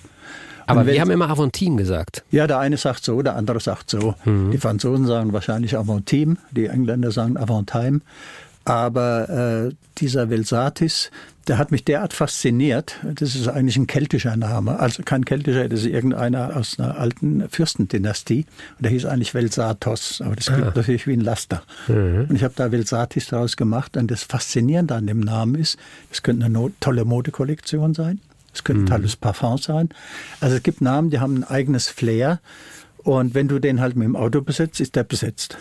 Speaker 3: Aber
Speaker 1: und
Speaker 3: wir
Speaker 1: wenn-
Speaker 3: haben immer Avontin gesagt.
Speaker 1: Ja, der eine sagt so, der andere sagt so. Die Franzosen sagen wahrscheinlich Avantime, die Engländer sagen Avantime. Aber äh, dieser Velsatis, der hat mich derart fasziniert. Das ist eigentlich ein keltischer Name. Also kein keltischer, das ist irgendeiner aus einer alten Fürstendynastie. Und der hieß eigentlich Velsatos. Aber das klingt natürlich wie ein Laster. Und ich habe da Velsatis daraus gemacht. Und das Faszinierende an dem Namen ist, das könnte eine no tolle Modekollektion sein. Es
Speaker 3: Mhm.
Speaker 1: könnte ein tolles Parfum sein. Also es gibt Namen, die haben ein eigenes Flair. Und wenn du den halt mit dem Auto besetzt, ist der besetzt.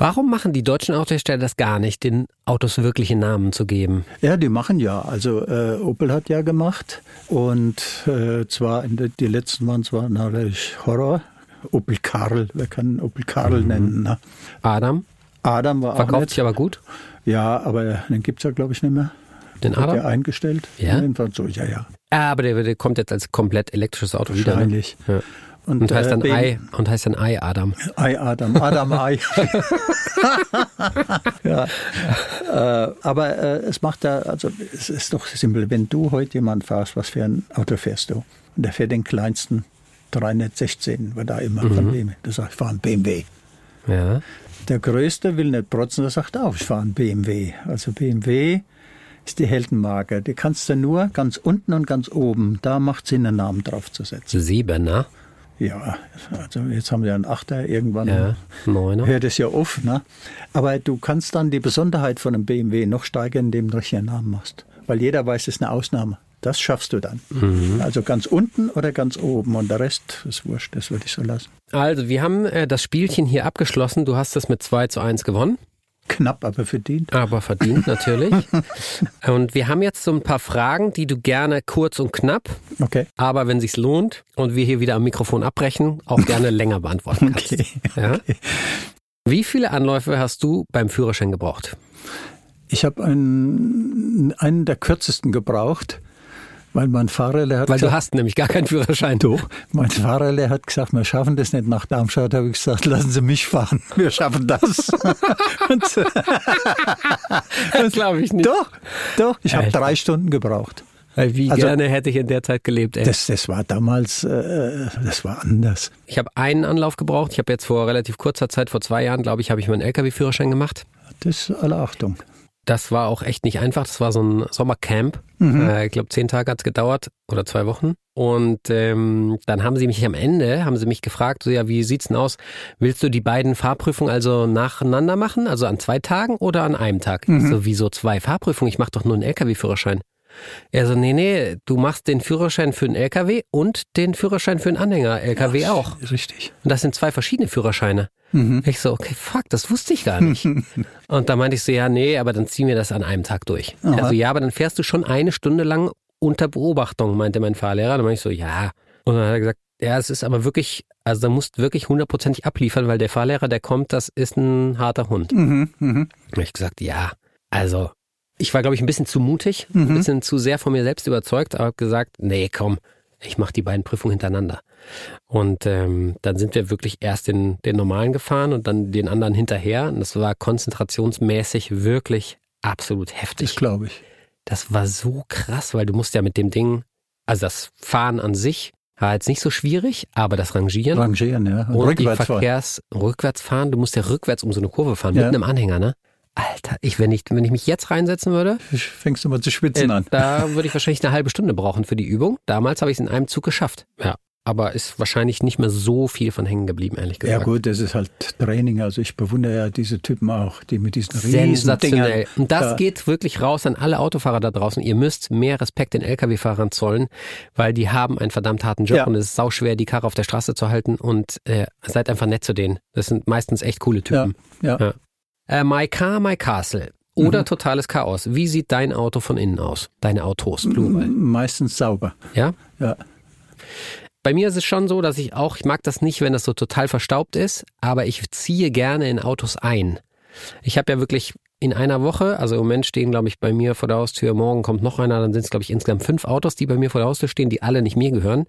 Speaker 3: Warum machen die deutschen Autohersteller das gar nicht, den Autos wirkliche Namen zu geben?
Speaker 1: Ja, die machen ja. Also äh, Opel hat ja gemacht und äh, zwar in de, die letzten waren zwar natürlich Horror. Opel Karl, wir können Opel Karl nennen. Ne?
Speaker 3: Adam
Speaker 1: Adam war auch
Speaker 3: Mhm. verkauft
Speaker 1: nett.
Speaker 3: sich aber gut.
Speaker 1: Ja, aber den gibt's ja glaube ich nicht mehr.
Speaker 3: Den
Speaker 1: Hat
Speaker 3: Adam?
Speaker 1: der eingestellt?
Speaker 3: Ja.
Speaker 1: Jedenfalls so, ja, ja.
Speaker 3: Ah, aber der, der kommt jetzt als komplett elektrisches Auto wieder. Ne?
Speaker 1: Wahrscheinlich.
Speaker 3: Ja. Und heißt dann
Speaker 1: äh,
Speaker 3: Ei und heißt dann Ei Adam.
Speaker 1: Ei Adam, Adam Ei. ja. äh, aber äh, es macht da, also es ist doch simpel, wenn du heute jemand fährst, was für ein Auto fährst du? Und der fährt den kleinsten 316, war da immer von dem. Der sagt, ich fahre einen BMW.
Speaker 3: Ja.
Speaker 1: Der Größte will nicht protzen, der sagt auch, ich fahre einen BMW. Also BMW ist die Heldenmarke. Die kannst du nur ganz unten und ganz oben, da macht Sinn, einen Namen draufzusetzen.
Speaker 3: Siebener.
Speaker 1: Ja, also jetzt haben wir einen Achter irgendwann.
Speaker 3: Ja. Neuner.
Speaker 1: hört es ja auf. Ne? Aber du kannst dann die Besonderheit von einem BMW noch steigern, indem du einen richtigen Namen machst. Weil jeder weiß, es ist eine Ausnahme. Das schaffst du dann.
Speaker 3: Mhm.
Speaker 1: Also ganz unten oder ganz oben. Und der Rest ist wurscht, das würde ich so lassen.
Speaker 3: Also, wir haben äh, das Spielchen hier abgeschlossen. Du hast das mit 2 zu 1 gewonnen.
Speaker 1: Knapp, aber verdient.
Speaker 3: Aber verdient natürlich. und wir haben jetzt so ein paar Fragen, die du gerne kurz und knapp,
Speaker 1: Okay.
Speaker 3: aber wenn sich's lohnt und wir hier wieder am Mikrofon abbrechen, auch gerne länger beantworten kannst.
Speaker 1: Okay.
Speaker 3: Ja? Wie viele Anläufe hast du beim Führerschein gebraucht?
Speaker 1: Ich habe einen, einen der kürzesten gebraucht, weil mein Fahrer, der hat
Speaker 3: Weil du
Speaker 1: gesagt,
Speaker 3: hast nämlich gar keinen Führerschein.
Speaker 1: doch, mein Fahrer, der hat gesagt, wir schaffen das nicht nach Darmstadt, habe ich gesagt, lassen Sie mich fahren, wir schaffen das. und, so-
Speaker 3: Das glaube ich nicht.
Speaker 1: doch, doch, ich habe
Speaker 3: Alter.
Speaker 1: drei Stunden gebraucht.
Speaker 3: Wie
Speaker 1: Also-
Speaker 3: gerne hätte ich in der Zeit gelebt, ey.
Speaker 1: Das, das war damals, äh, das war anders.
Speaker 3: Ich habe einen Anlauf gebraucht. Ich habe jetzt vor relativ kurzer Zeit, vor zwei Jahren, glaube ich, habe ich meinen LKW-Führerschein gemacht.
Speaker 1: Das ist alle Achtung.
Speaker 3: Das war auch echt nicht einfach. Das war so ein Sommercamp. Äh, ich glaube, zehn Tage hat es gedauert oder zwei Wochen. Und ähm, dann haben sie mich am Ende, haben sie mich gefragt, so ja, wie sieht's denn aus? Willst du die beiden Fahrprüfungen also nacheinander machen? Also an zwei Tagen oder an einem Tag? Ich so, wieso zwei Fahrprüfungen? Ich mache doch nur einen LKW-Führerschein. Er so, nee, nee, du machst den Führerschein für einen LKW und den Führerschein für einen Anhänger, LKW auch.
Speaker 1: Richtig.
Speaker 3: Und das sind zwei verschiedene Führerscheine. Ich so, okay, fuck, das wusste ich gar nicht. und da meinte ich so, ja, nee, aber dann ziehen wir das an einem Tag durch. Also ja, aber dann fährst du schon eine Stunde lang unter Beobachtung, meinte mein Fahrlehrer. Dann meinte ich so, ja. Und dann hat er gesagt, ja, es ist aber wirklich, also da musst du wirklich hundertprozentig abliefern, weil der Fahrlehrer, der kommt, das ist ein harter Hund.
Speaker 1: Mhm, mhm.
Speaker 3: Hab ich gesagt, ja, also ich war, glaube ich, ein bisschen zu mutig, ein bisschen zu sehr von mir selbst überzeugt, aber hab gesagt, nee, komm, ich mache die beiden Prüfungen hintereinander. Und ähm, dann sind wir wirklich erst den, den normalen gefahren und dann den anderen hinterher. Und das war konzentrationsmäßig wirklich absolut
Speaker 1: Das
Speaker 3: heftig.
Speaker 1: glaube ich.
Speaker 3: Das war so krass, weil du musst ja mit dem Ding, also das Fahren an sich war jetzt nicht so schwierig, aber das Rangieren
Speaker 1: Rangieren, ja. Und
Speaker 3: und die
Speaker 1: rückwärts fahren.
Speaker 3: Verkehrs rückwärts fahren, du musst ja rückwärts um so eine Kurve fahren
Speaker 1: Ja.
Speaker 3: mit einem Anhänger, ne? Alter, ich wenn ich wenn ich mich jetzt reinsetzen würde,
Speaker 1: Fängst du mal zu
Speaker 3: äh,
Speaker 1: schwitzen an.
Speaker 3: da würde ich wahrscheinlich eine halbe Stunde brauchen für die Übung. Damals habe ich es in einem Zug geschafft. Ja, aber ist wahrscheinlich nicht mehr so viel von hängen geblieben, ehrlich gesagt.
Speaker 1: Ja gut, das ist halt Training. Also ich bewundere ja diese Typen auch, die mit diesen riesen Dingern.
Speaker 3: Sensationell. Und das
Speaker 1: da-
Speaker 3: geht wirklich raus an alle Autofahrer da draußen. Ihr müsst mehr Respekt den Lkw-Fahrern zollen, weil die haben einen verdammt harten Job
Speaker 1: Ja.
Speaker 3: und es ist sauschwer, die Karre auf der Straße zu halten und äh, seid einfach nett zu denen. Das sind meistens echt coole
Speaker 1: Ja,
Speaker 3: Typen.
Speaker 1: ja.
Speaker 3: Ja. Äh, my Car, My Castle. Oder totales Chaos. Wie sieht dein Auto von innen aus? Deine Autos, Plural.
Speaker 1: Meistens sauber.
Speaker 3: Ja?
Speaker 1: Ja.
Speaker 3: Bei mir ist es schon so, dass ich auch, ich mag das nicht, wenn das so total verstaubt ist, aber ich ziehe gerne in Autos ein. Ich habe ja wirklich in einer Woche, also im Moment stehen, glaube ich, bei mir vor der Haustür, morgen kommt noch einer, dann sind es, glaube ich, insgesamt fünf Autos, die bei mir vor der Haustür stehen, die alle nicht mir gehören.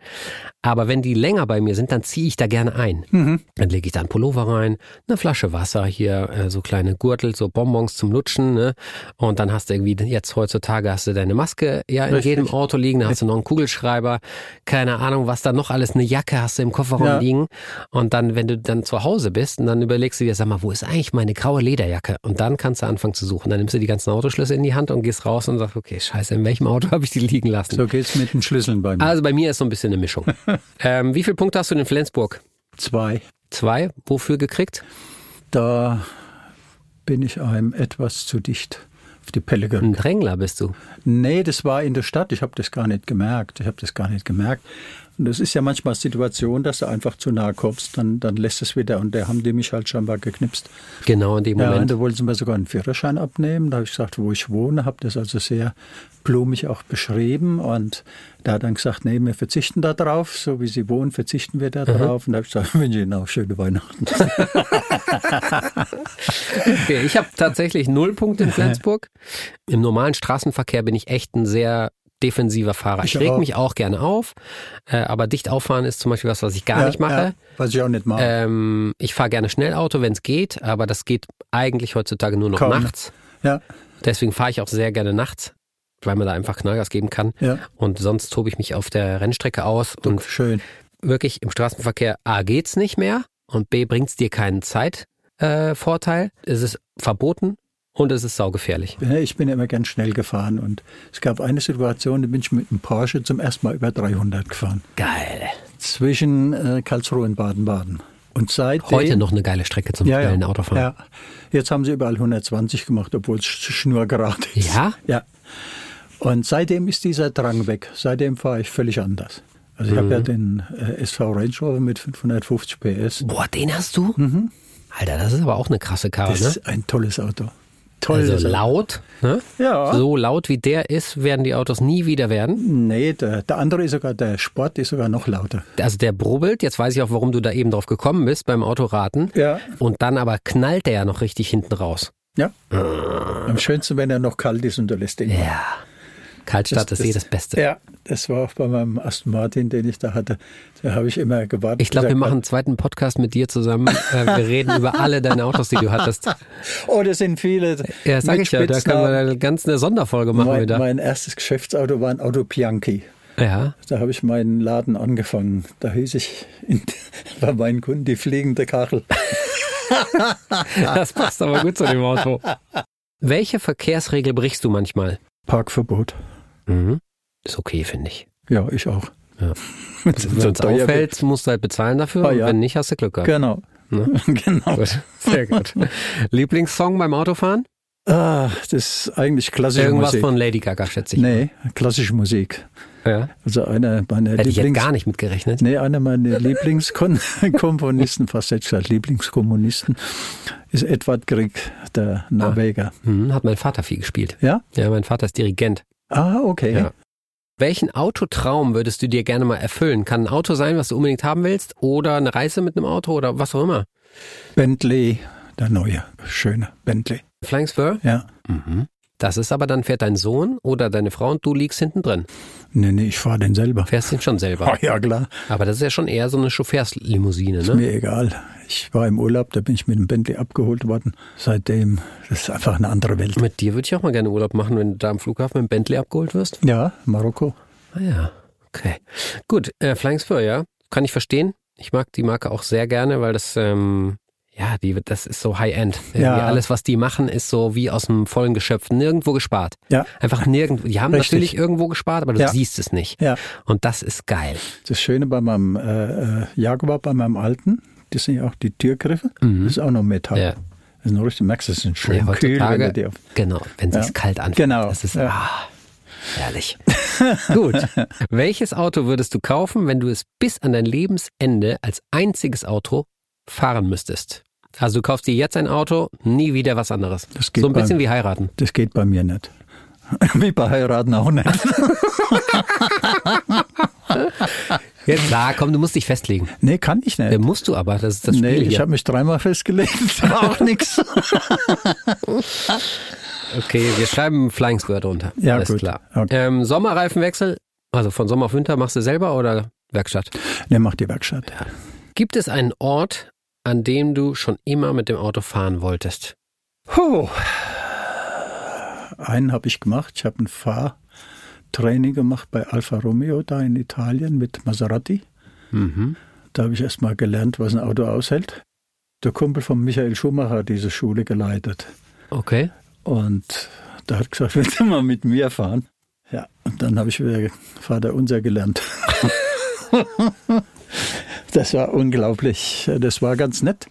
Speaker 3: Aber wenn die länger bei mir sind, dann ziehe ich da gerne ein.
Speaker 1: Mhm.
Speaker 3: Dann lege ich da einen Pullover rein, eine Flasche Wasser hier, äh, so kleine Gürtel, so Bonbons zum Lutschen. Ne? Und dann hast du irgendwie, jetzt heutzutage hast du deine Maske ja in
Speaker 1: Richtig.
Speaker 3: jedem Auto liegen, dann hast du noch einen Kugelschreiber, keine Ahnung, was da noch alles, eine Jacke hast du im Kofferraum
Speaker 1: Ja.
Speaker 3: liegen. Und dann, wenn du dann zu Hause bist, und dann überlegst du dir, sag mal, wo ist eigentlich meine graue Lederjacke? Und dann kannst du anfangen zu suchen. Dann nimmst du die ganzen Autoschlüssel in die Hand und gehst raus und sagst, okay, scheiße, in welchem Auto habe ich die liegen lassen?
Speaker 1: So geht's mit den Schlüsseln bei mir.
Speaker 3: Also bei mir ist so ein bisschen eine Mischung. ähm, wie viele Punkte hast du denn in Flensburg?
Speaker 1: Zwei.
Speaker 3: Zwei. Wofür gekriegt?
Speaker 1: Da bin ich einem etwas zu dicht auf die Pelle gegangen.
Speaker 3: Ein Drängler bist du.
Speaker 1: Nee, das war in der Stadt. Ich habe das gar nicht gemerkt. Ich habe das gar nicht gemerkt. Und das ist ja manchmal Situation, dass du einfach zu nahe kommst, dann, dann lässt es wieder. Und da haben die mich halt scheinbar geknipst.
Speaker 3: Genau in dem
Speaker 1: Ja, und
Speaker 3: Moment.
Speaker 1: da wollten sie mir sogar einen Führerschein abnehmen. Da habe ich gesagt, wo ich wohne, habe das also sehr blumig auch beschrieben. Und da hat dann gesagt, nee, wir verzichten da drauf. So wie sie wohnen, verzichten wir da
Speaker 3: Mhm.
Speaker 1: drauf. Und da habe ich gesagt, wünsche Ihnen auch schöne Weihnachten.
Speaker 3: Okay, ich habe tatsächlich null Punkte in Flensburg. Im normalen Straßenverkehr bin ich echt ein sehr defensiver Fahrer. Ich,
Speaker 1: Ich
Speaker 3: reg
Speaker 1: auch.
Speaker 3: mich auch gerne auf, äh, aber dicht auffahren ist zum Beispiel was, was ich gar
Speaker 1: Ja,
Speaker 3: nicht mache.
Speaker 1: Ja, was ich auch nicht mache.
Speaker 3: Ähm, ich fahre gerne Schnellauto, wenn es geht, aber das geht eigentlich heutzutage nur noch
Speaker 1: Kaum.
Speaker 3: nachts.
Speaker 1: ja,
Speaker 3: Deswegen fahre ich auch sehr gerne nachts, weil man da einfach Knallgas geben kann.
Speaker 1: ja,
Speaker 3: Und sonst tobe ich mich auf der Rennstrecke aus und
Speaker 1: schön.
Speaker 3: wirklich im Straßenverkehr A geht's nicht mehr und B bringt's dir keinen Zeitvorteil. Äh, Vorteil. es ist verboten und es ist saugefährlich.
Speaker 1: Ja, Ich bin ja immer ganz schnell gefahren. Und es gab eine Situation, da bin ich mit einem Porsche zum ersten Mal über 300 gefahren.
Speaker 3: Geil.
Speaker 1: Zwischen äh, Karlsruhe und Baden-Baden. Und seitdem...
Speaker 3: Heute noch eine geile Strecke zum
Speaker 1: Ja,
Speaker 3: schnellen
Speaker 1: ja.
Speaker 3: Autofahren.
Speaker 1: Ja. Jetzt haben sie überall 120 gemacht, obwohl es sch- schnurgerade ist.
Speaker 3: Ja?
Speaker 1: Ja. Und seitdem ist dieser Drang weg. Seitdem fahre ich völlig anders. Also ich habe
Speaker 3: Mhm.
Speaker 1: ja den äh, SV Range Rover mit 550 PS.
Speaker 3: Boah, den hast du? Alter, das ist aber auch eine krasse Karre,
Speaker 1: Mhm. Das
Speaker 3: ne?
Speaker 1: ist ein tolles Auto. Tolles
Speaker 3: Also
Speaker 1: Auto.
Speaker 3: laut, ne?
Speaker 1: Ja.
Speaker 3: So laut wie der ist, werden die Autos nie wieder werden.
Speaker 1: Nee, der, der andere ist sogar, der Sport ist sogar noch lauter.
Speaker 3: Also der brubbelt, jetzt weiß ich auch, warum du da eben drauf gekommen bist beim Autoraten.
Speaker 1: Ja.
Speaker 3: Und dann aber knallt der ja noch richtig hinten raus.
Speaker 1: Ja. Am schönsten, wenn er noch kalt ist und du lässt ihn.
Speaker 3: Äh. Ja. Kaltstadt ist eh das Beste.
Speaker 1: Ja, das war auch bei meinem Aston Martin, den ich da hatte. Da habe ich immer gewartet.
Speaker 3: Ich glaube, wir
Speaker 1: gesagt,
Speaker 3: machen einen zweiten Podcast mit dir zusammen. Äh, wir reden über alle deine Autos, die du hattest.
Speaker 1: Oh, das sind viele.
Speaker 3: Ja, sag
Speaker 1: Mit
Speaker 3: ich ja, da können wir
Speaker 1: Spitznamen.
Speaker 3: eine ganz eine Sonderfolge machen
Speaker 1: mein,
Speaker 3: wieder.
Speaker 1: mein erstes Geschäftsauto war ein Auto Bianchi.
Speaker 3: ja.
Speaker 1: Da habe ich meinen Laden angefangen. Da hieß ich in, bei meinen Kunden die fliegende Kachel.
Speaker 3: Das passt aber gut zu dem Auto. Welche Verkehrsregel brichst du manchmal?
Speaker 1: Parkverbot.
Speaker 3: Mhm. Ist okay, finde ich.
Speaker 1: Ja, ich auch.
Speaker 3: Ja.
Speaker 1: Wenn
Speaker 3: Wenn es auffällt, musst du halt bezahlen dafür.
Speaker 1: Ah, ja.
Speaker 3: Und wenn nicht, hast du Glück gehabt.
Speaker 1: Genau. genau.
Speaker 3: Ne? Gut. Sehr gut. Lieblingssong beim Autofahren?
Speaker 1: Ah, das ist eigentlich klassische
Speaker 3: Irgendwas
Speaker 1: Musik.
Speaker 3: von Lady Gaga, schätze ich.
Speaker 1: nee, klassische Musik.
Speaker 3: Ja.
Speaker 1: Also einer meiner
Speaker 3: Hätte ich jetzt
Speaker 1: Lieblings...
Speaker 3: gar nicht mitgerechnet.
Speaker 1: Nee, einer meiner Lieblingskomponisten, fast jetzt gesagt Lieblingskommunisten, ist Edward Grieg,
Speaker 3: Ah.
Speaker 1: der Norweger.
Speaker 3: Mhm, hat mein Vater viel gespielt.
Speaker 1: Ja?
Speaker 3: Ja, mein Vater ist Dirigent.
Speaker 1: Ah, okay.
Speaker 3: Ja. Welchen Autotraum würdest du dir gerne mal erfüllen? Kann ein Auto sein, was du unbedingt haben willst oder eine Reise mit einem Auto oder was auch immer?
Speaker 1: Bentley, der neue, schöne Bentley.
Speaker 3: Flying Spur?
Speaker 1: Ja. Mhm.
Speaker 3: Das ist aber dann fährt dein Sohn oder deine Frau und du liegst hinten drin.
Speaker 1: Nee, nee, ich fahre den selber.
Speaker 3: Fährst ihn schon
Speaker 1: Ah,
Speaker 3: selber.
Speaker 1: ja, klar.
Speaker 3: Aber das ist ja schon eher so eine Chauffeurslimousine, ne?
Speaker 1: Mir egal. Ich war im Urlaub, da bin ich mit dem Bentley abgeholt worden. Seitdem, das ist einfach eine andere Welt.
Speaker 3: Mit dir würde ich auch mal gerne Urlaub machen, wenn du da am Flughafen mit dem Bentley abgeholt wirst.
Speaker 1: Ja, Marokko.
Speaker 3: Ah ja, okay. Gut, äh, Flying Spur, ja, kann ich verstehen. Ich mag die Marke auch sehr gerne, weil das, ähm, ja, die, das ist so High-End.
Speaker 1: Ja.
Speaker 3: Irgendwie Alles, was die machen, ist so wie aus dem vollen Geschöpf, nirgendwo gespart.
Speaker 1: Ja,
Speaker 3: Einfach nirgendwo. Die haben
Speaker 1: Richtig.
Speaker 3: natürlich irgendwo gespart, aber du
Speaker 1: Ja.
Speaker 3: siehst es nicht.
Speaker 1: ja.
Speaker 3: Und das ist geil.
Speaker 1: Das Schöne bei meinem äh, äh, Jaguar, bei meinem alten, das sind ja auch die Türgriffe. Das ist auch noch Metall.
Speaker 3: Mhm. Ja.
Speaker 1: Das ist noch richtig, merkst du, das sind schön
Speaker 3: Ja,
Speaker 1: kühl, wenn du die auf
Speaker 3: genau, wenn
Speaker 1: Ja.
Speaker 3: sich's kalt anfühlt.
Speaker 1: Genau,
Speaker 3: Das ist,
Speaker 1: ja.
Speaker 3: ah, herrlich. Gut. Welches Auto würdest du kaufen, wenn du es bis an dein Lebensende als einziges Auto fahren müsstest? Also du kaufst dir jetzt ein Auto, nie wieder was anderes.
Speaker 1: Das geht
Speaker 3: so ein bisschen
Speaker 1: beim-
Speaker 3: wie heiraten.
Speaker 1: Das geht bei mir nicht. Wie bei Heiraten auch nicht.
Speaker 3: Jetzt sag, komm, du musst dich festlegen.
Speaker 1: Nee, kann ich
Speaker 3: Äh,
Speaker 1: nicht.
Speaker 3: musst du aber, das ist das
Speaker 1: Nee,
Speaker 3: Spiel
Speaker 1: ich
Speaker 3: hier.
Speaker 1: habe mich dreimal festgelegt. War auch nichts.
Speaker 3: Okay, wir schreiben Flying Square drunter.
Speaker 1: Ja,
Speaker 3: Alles
Speaker 1: gut.
Speaker 3: klar.
Speaker 1: Okay.
Speaker 3: Ähm, Sommerreifenwechsel, also von Sommer auf Winter machst du selber oder Werkstatt?
Speaker 1: Nee, mach die Werkstatt.
Speaker 3: Gibt es einen Ort, an dem du schon immer mit dem Auto fahren wolltest?
Speaker 1: Puh. Einen habe ich gemacht. Ich habe ein Fahrtraining gemacht bei Alfa Romeo da in Italien mit Maserati.
Speaker 3: Mhm.
Speaker 1: Da habe ich erst mal gelernt, was ein Auto aushält. Der Kumpel von Michael Schumacher hat diese Schule geleitet.
Speaker 3: Okay.
Speaker 1: Und da hat gesagt, willst du mal mit mir fahren? Ja, und dann habe ich wieder Vater unser gelernt. das war unglaublich. Das war ganz nett.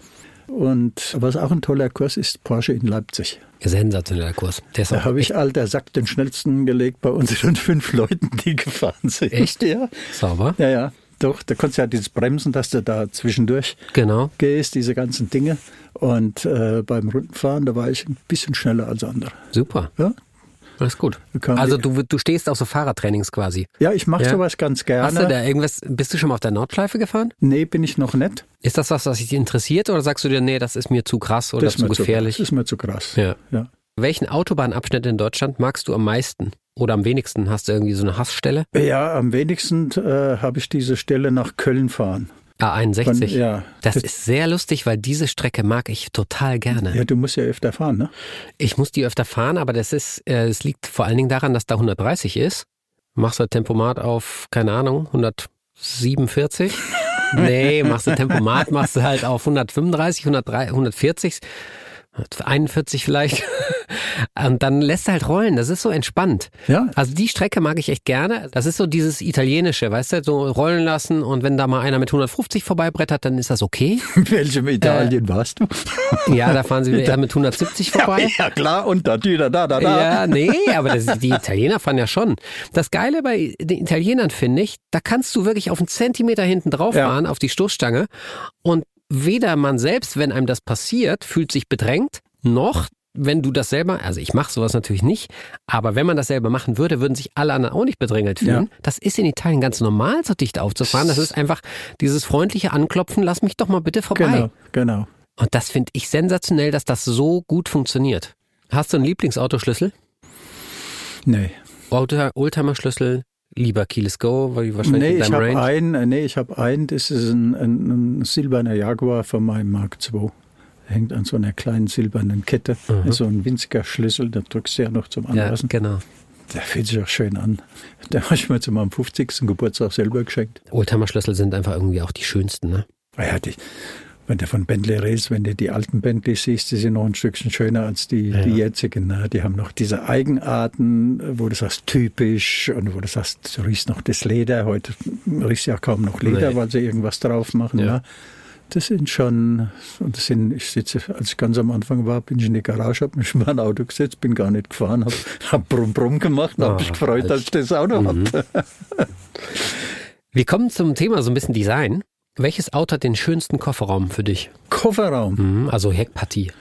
Speaker 1: Und was auch ein toller Kurs ist, Porsche in Leipzig.
Speaker 3: Sensationeller Kurs. Der ist
Speaker 1: Da
Speaker 3: auch
Speaker 1: habe ich alter Sack den schnellsten gelegt bei uns schon fünf Leuten, die gefahren sind.
Speaker 3: Echt?
Speaker 1: Ja,
Speaker 3: sauber.
Speaker 1: ja. ja. Doch, da konntest du ja dieses Bremsen, dass du da zwischendurch
Speaker 3: Genau.
Speaker 1: gehst, diese ganzen Dinge. Und äh, beim Rundenfahren, da war ich ein bisschen schneller als andere.
Speaker 3: Super.
Speaker 1: Ja,
Speaker 3: Alles gut.
Speaker 1: Wir können-
Speaker 3: Also du, du stehst auf so Fahrradtrainings quasi.
Speaker 1: ja ich mache
Speaker 3: Ja.
Speaker 1: sowas ganz
Speaker 3: Hast du
Speaker 1: gerne.
Speaker 3: da irgendwas, bist du schon mal auf der Nordschleife gefahren?
Speaker 1: Nee, bin ich noch nett.
Speaker 3: Ist das was, was dich interessiert oder sagst du dir, nee, das ist mir zu krass oder
Speaker 1: das ist
Speaker 3: zu
Speaker 1: mir
Speaker 3: gefährlich?
Speaker 1: Zu, das ist mir zu krass.
Speaker 3: Ja.
Speaker 1: Ja.
Speaker 3: Welchen Autobahnabschnitt in Deutschland magst du am meisten oder am wenigsten? Hast du irgendwie so eine Hassstelle?
Speaker 1: Ja, am wenigsten äh, habe ich diese Stelle nach Köln fahren.
Speaker 3: A61.
Speaker 1: Von- ja.
Speaker 3: Das ist sehr lustig, weil diese Strecke mag ich total gerne.
Speaker 1: Ja, du musst ja öfter fahren, ne?
Speaker 3: Ich muss die öfter fahren, aber das ist, äh, es liegt vor allen Dingen daran, dass da 130 ist. Machst du Tempomat auf, keine Ahnung, 147? nee, machst du Tempomat, machst du halt auf 135, 103, 140, 41 vielleicht. Und dann lässt du halt rollen. Das ist so entspannt.
Speaker 1: Ja.
Speaker 3: Also die Strecke mag ich echt gerne. Das ist so dieses Italienische, weißt du, so rollen lassen und wenn da mal einer mit 150 vorbeibrettert, dann ist das okay.
Speaker 1: In welchem Italien warst du?
Speaker 3: Ja, da fahren sie mit 170 vorbei.
Speaker 1: ja, klar, und da, die, da, da, da, da.
Speaker 3: Ja, nee, aber das, die Italiener fahren ja schon. Das Geile bei den Italienern finde ich, da kannst du wirklich auf einen Zentimeter hinten drauf
Speaker 1: Ja.
Speaker 3: fahren, auf die Stoßstange. Und weder man selbst, wenn einem das passiert, fühlt sich bedrängt, noch wenn du das selber, also ich mache sowas natürlich nicht, aber wenn man das selber machen würde, würden sich alle anderen auch nicht bedrängelt fühlen. Das ist in Italien ganz normal, so dicht aufzufahren. Das ist einfach dieses freundliche Anklopfen, lass mich doch mal bitte vorbei.
Speaker 1: Genau, genau.
Speaker 3: Und das finde ich sensationell, dass das so gut funktioniert. Hast du einen Lieblingsautoschlüssel?
Speaker 1: Nee.
Speaker 3: Oldtimer- Oldtimer-Schlüssel, lieber Keyless Go, weil wahrscheinlich
Speaker 1: Nee,
Speaker 3: in
Speaker 1: ich
Speaker 3: deinem
Speaker 1: habe
Speaker 3: Range.
Speaker 1: einen, äh, nee, ich habe einen, das ist ein, ein, ein silberner Jaguar von meinem Mark II. Hängt an so einer kleinen silbernen Kette. Ist so ein winziger Schlüssel, da drückst du Mhm. ja noch zum
Speaker 3: Ja,
Speaker 1: Anlassen.
Speaker 3: genau.
Speaker 1: Der fühlt sich auch schön an. Den habe ich mir zu meinem 50. Geburtstag selber geschenkt. Ah
Speaker 3: Oldtimer-Schlüssel sind einfach irgendwie auch die schönsten, ne?
Speaker 1: Ja, die, wenn du von Bentley redest, wenn du die alten Bentley siehst, die sind noch ein Stückchen schöner als die, die jetzigen. Ne? Die haben noch diese Eigenarten, wo du sagst, typisch und wo du sagst, du riechst noch das Leder. Heute riechst du ja kaum noch Leder,
Speaker 3: Nee.
Speaker 1: weil sie irgendwas drauf machen.
Speaker 3: Ja.
Speaker 1: Ne? Das sind schon, und das sind, ich sitze, als ich ganz am Anfang war, bin ich in die Garage, habe mich in mein Auto gesetzt, bin gar nicht gefahren, habe hab brumm brumm gemacht und
Speaker 3: Ah, Mhm.
Speaker 1: habe mich gefreut, dass ich das Auto hatte.
Speaker 3: Wir kommen zum Thema so ein bisschen Design. Welches Auto hat den schönsten Kofferraum für dich?
Speaker 1: Kofferraum.
Speaker 3: Mhm, also Heckpartie.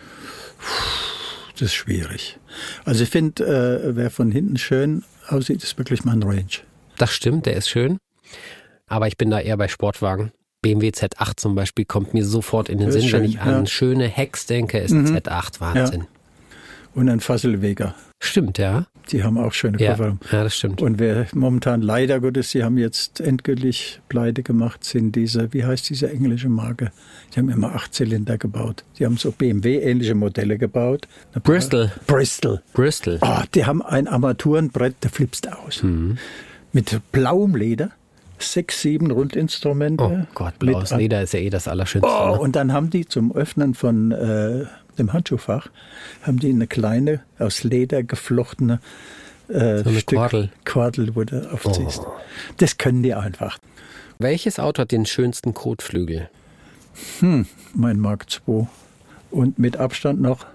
Speaker 1: Das ist schwierig. Also ich finde, äh, wer von hinten schön aussieht, ist wirklich mein Range.
Speaker 3: Das stimmt, der ist schön. Aber ich bin da eher bei Sportwagen. BMW Z8 zum Beispiel kommt mir sofort in den
Speaker 1: Ja,
Speaker 3: Sinn,
Speaker 1: ist
Speaker 3: wenn
Speaker 1: schön,
Speaker 3: ich an
Speaker 1: ja. Mhm.
Speaker 3: schöne Hecks denke, ist ein Z8 Wahnsinn.
Speaker 1: Und ein Fasselweger.
Speaker 3: Stimmt, ja.
Speaker 1: Die haben auch schöne
Speaker 3: Ja.
Speaker 1: Kofferraum.
Speaker 3: ja, das stimmt.
Speaker 1: Und wer momentan leider Gottes, sie haben jetzt endgültig pleite gemacht, sind diese, wie heißt diese englische Marke? Die haben immer Achtzylinder gebaut. Die haben so BMW-ähnliche Modelle gebaut. Eine Bra-
Speaker 3: Bristol.
Speaker 1: Bristol.
Speaker 3: Bristol.
Speaker 1: Ah, die haben ein Armaturenbrett, da flippst du aus.
Speaker 3: Mhm.
Speaker 1: Mit blauem Leder, sechs, sieben Rundinstrumente.
Speaker 3: Oh Gott,
Speaker 1: mit
Speaker 3: blaues Leder ist ja eh das Allerschönste.
Speaker 1: Oh,
Speaker 3: ne?
Speaker 1: und dann haben die zum Öffnen von äh, dem Handschuhfach, haben die eine kleine, aus Leder geflochtene äh,
Speaker 3: eine Oh.
Speaker 1: Stück
Speaker 3: Kordel.
Speaker 1: Kordel, wo du aufziehst. Das können die einfach.
Speaker 3: Welches Auto hat den schönsten Kotflügel?
Speaker 1: Mein Mark II. Und mit Abstand noch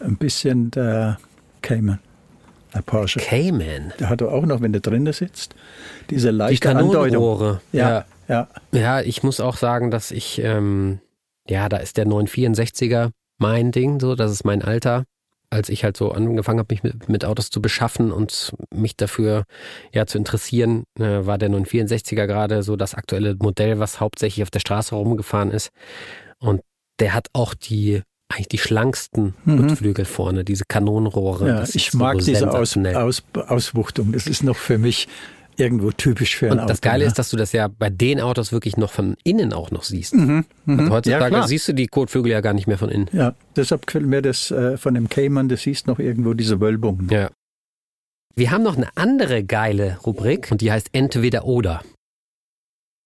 Speaker 1: ein bisschen der Cayman, der Porsche.
Speaker 3: Cayman.
Speaker 1: Der hatte auch noch, wenn du drinnen sitzt, diese leichte
Speaker 3: Die
Speaker 1: Andeutung.
Speaker 3: Kanonenrohre.
Speaker 1: Ja, ja,
Speaker 3: ja. Ja, ich muss auch sagen, dass ich, ähm, ja, da ist der 964er mein Ding, so, das ist mein Alter. Als ich halt so angefangen habe, mich mit, mit Autos zu beschaffen und mich dafür ja zu interessieren, äh, war der 964er gerade so das aktuelle Modell, was hauptsächlich auf der Straße rumgefahren ist. Und der hat auch die eigentlich die schlanksten
Speaker 1: Mhm.
Speaker 3: Kotflügel vorne, diese Kanonenrohre.
Speaker 1: ja.
Speaker 3: Das
Speaker 1: ich
Speaker 3: ist
Speaker 1: mag
Speaker 3: so
Speaker 1: diese Aus,
Speaker 3: sensationell.
Speaker 1: Aus, Auswuchtung. Das ist noch für mich irgendwo typisch für ein
Speaker 3: Und
Speaker 1: Auto.
Speaker 3: das Geile
Speaker 1: ne?
Speaker 3: ist, dass du das ja bei den Autos wirklich noch von innen auch noch siehst. Also
Speaker 1: Mhm. Ja,
Speaker 3: heutzutage
Speaker 1: klar.
Speaker 3: siehst du die Kotflügel ja gar nicht mehr von innen.
Speaker 1: Ja, deshalb gefällt mir das äh, von dem Cayman, das siehst noch irgendwo diese Wölbungen.
Speaker 3: Ja. Wir haben noch eine andere geile Rubrik und die heißt Entweder oder.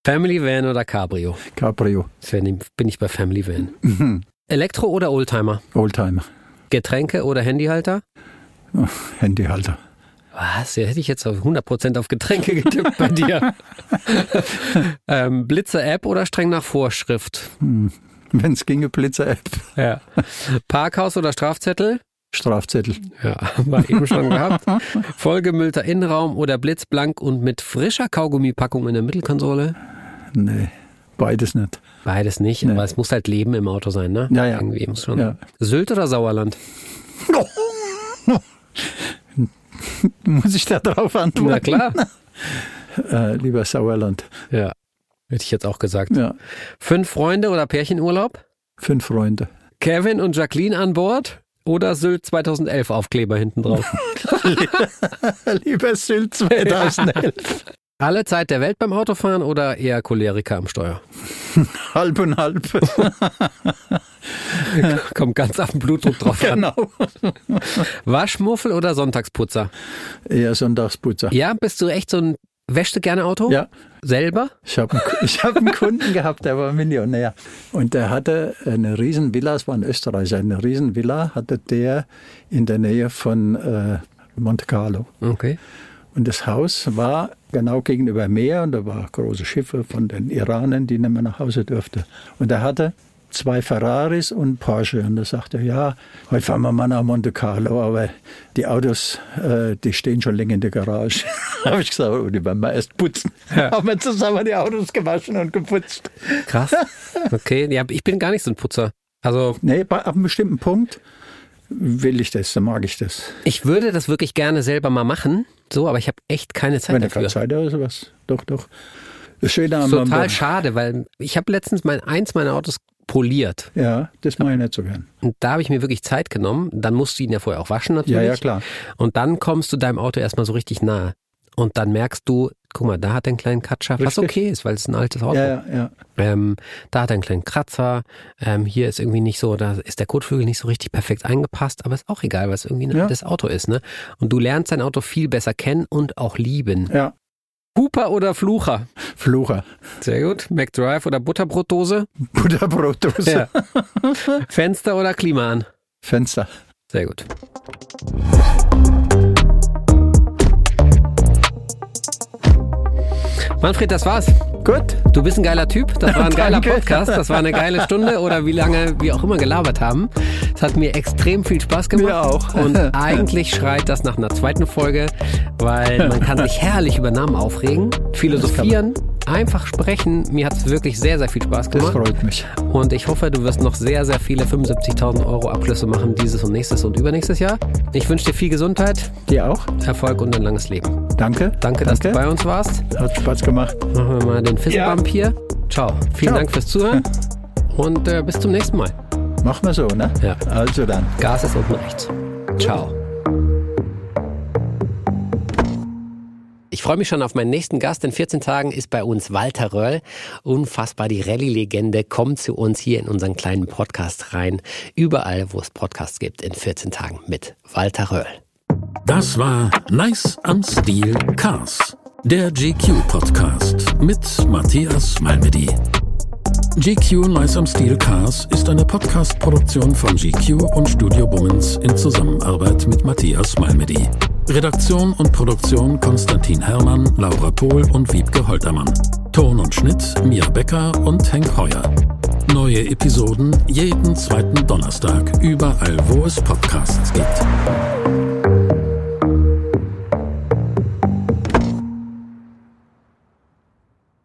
Speaker 3: Family Van oder Cabrio?
Speaker 1: Cabrio,
Speaker 3: Sven, bin ich bei Family Van.
Speaker 1: Mhm.
Speaker 3: Elektro oder Oldtimer?
Speaker 1: Oldtimer,
Speaker 3: Getränke oder Handyhalter?
Speaker 1: Handyhalter.
Speaker 3: Was? Ja, hätte ich jetzt auf 100% auf Getränke getippt bei dir. ähm, Blitzer-App oder streng nach Vorschrift?
Speaker 1: Wenn es Mhm. ginge, Blitzer-App,
Speaker 3: Ja. Parkhaus oder Strafzettel?
Speaker 1: Strafzettel.
Speaker 3: Ja, haben wir eben schon gehabt. Vollgemüllter Innenraum oder blitzblank und mit frischer Kaugummipackung in der Mittelkonsole?
Speaker 1: Nee, beides nicht.
Speaker 3: Beides nicht,
Speaker 1: Nee.
Speaker 3: aber es muss halt Leben im Auto sein, ne?
Speaker 1: Ja, ja.
Speaker 3: Irgendwie muss schon.
Speaker 1: Ja.
Speaker 3: Sylt oder Sauerland?
Speaker 1: Muss ich da drauf antworten?
Speaker 3: Na klar.
Speaker 1: Äh, lieber Sauerland.
Speaker 3: ja. Hätte ich jetzt auch gesagt.
Speaker 1: Ja,
Speaker 3: Fünf Freunde oder Pärchenurlaub?
Speaker 1: fünf Freunde.
Speaker 3: Kevin und Jacqueline an Bord? Oder Sylt 2011 Aufkleber hinten drauf?
Speaker 1: lieber Sylt 2011.
Speaker 3: Alle Zeit der Welt beim Autofahren oder eher Choleriker am Steuer?
Speaker 1: halb und halb.
Speaker 3: Kommt ganz auf den Blutdruck drauf an.
Speaker 1: genau.
Speaker 3: Waschmuffel oder Sonntagsputzer?
Speaker 1: Eher Sonntagsputzer.
Speaker 3: Ja, bist du echt so ein wäschst du gerne Auto?
Speaker 1: Ja.
Speaker 3: Selber?
Speaker 1: Ich habe einen, ich hab einen Kunden gehabt, der war Millionär. Und der hatte eine Riesenvilla, es war ein Österreicher, eine Riesenvilla hatte der in der Nähe von äh, Monte Carlo.
Speaker 3: Okay.
Speaker 1: Und das Haus war genau gegenüber Meer und da waren große Schiffe von den Iranern, die nicht mehr nach Hause durften. Und er hatte zwei Ferraris und Porsche. Und da sagte er, ja, heute fahren wir mal nach Monte Carlo, aber die Autos, äh, die stehen schon länger in der Garage. da habe ich gesagt, oh, die werden wir erst putzen. Haben wir zusammen die Autos gewaschen und geputzt.
Speaker 3: Krass. Okay. Ja, ich bin gar nicht so ein Putzer. Also
Speaker 1: Nee, bei, ab einem bestimmten Punkt will ich das, dann mag ich das.
Speaker 3: ich würde das wirklich gerne selber mal machen, so, aber ich habe echt keine Zeit
Speaker 1: Wenn er
Speaker 3: dafür.
Speaker 1: keine Zeit hat oder sowas. Doch, doch. Das Schöne am
Speaker 3: Total
Speaker 1: am-
Speaker 3: schade, weil ich habe letztens mein eins meiner Autos poliert
Speaker 1: Ja, das mache ich nicht so gern.
Speaker 3: und da habe ich mir wirklich Zeit genommen. Dann musst du ihn ja vorher auch waschen natürlich.
Speaker 1: Ja, ja, klar.
Speaker 3: Und dann kommst du deinem Auto erstmal so richtig nahe und dann merkst du, guck mal, da hat er einen kleinen Katscher, was
Speaker 1: Richtig.
Speaker 3: okay ist, weil es ein altes Auto.
Speaker 1: Ja, ja, ja.
Speaker 3: Ähm, da hat er einen kleinen Kratzer. Ähm, hier ist irgendwie nicht so, da ist der Kotflügel nicht so richtig perfekt eingepasst, aber ist auch egal, weil es irgendwie ein
Speaker 1: Ja.
Speaker 3: altes Auto ist. Ne? Und du lernst dein Auto viel besser kennen und auch lieben.
Speaker 1: Ja,
Speaker 3: Huper oder Flucher?
Speaker 1: Flucher.
Speaker 3: Sehr gut. McDrive oder Butterbrotdose?
Speaker 1: Butterbrotdose.
Speaker 3: Fenster oder Klima an?
Speaker 1: Fenster.
Speaker 3: Sehr gut. Manfred, das war's.
Speaker 1: Gut.
Speaker 3: Du bist ein geiler Typ. Das war ein geiler
Speaker 1: Danke.
Speaker 3: Podcast. Das war eine geile Stunde oder wie lange wir auch immer gelabert haben. Es hat mir extrem viel Spaß gemacht.
Speaker 1: Mir auch.
Speaker 3: Und eigentlich schreit das nach einer zweiten Folge, weil man kann sich herrlich über Namen aufregen, philosophieren, einfach sprechen. Mir hat's wirklich sehr, sehr viel Spaß
Speaker 1: Das
Speaker 3: gemacht.
Speaker 1: freut mich.
Speaker 3: Und ich hoffe, du wirst noch sehr, sehr viele 75.000 Euro Abschlüsse machen dieses und nächstes und übernächstes Jahr. Ich wünsche dir viel Gesundheit,
Speaker 1: Dir auch.
Speaker 3: Erfolg und ein langes Leben.
Speaker 1: Danke.
Speaker 3: Danke, dass du bei uns warst.
Speaker 1: Hat Spaß gemacht.
Speaker 3: Machen wir mal den Fistbump hier. Ciao. Vielen
Speaker 1: Ciao.
Speaker 3: Dank fürs Zuhören und äh, bis zum nächsten Mal.
Speaker 1: Machen wir so, ne?
Speaker 3: Ja.
Speaker 1: Also dann.
Speaker 3: Gas ist unten rechts. Ciao. Ich freue mich schon auf meinen nächsten Gast. In 14 Tagen ist bei uns Walter Röll. Unfassbar die Rallye-Legende. Kommt zu uns hier in unseren kleinen Podcast rein. Überall, wo es Podcasts gibt, in 14 Tagen mit Walter Röll.
Speaker 2: Das war Nice am Stil Cars, der GQ-Podcast mit Matthias Malmedy. GQ Nice am Stil Cars ist eine Podcast-Produktion von GQ und Studio Bummens in Zusammenarbeit mit Matthias Malmedy. Redaktion und Produktion Konstantin Hermann, Laura Pohl und Wiebke Holtermann. Ton und Schnitt Mia Becker und Henk Heuer. Neue Episoden jeden zweiten Donnerstag, überall wo es Podcasts gibt.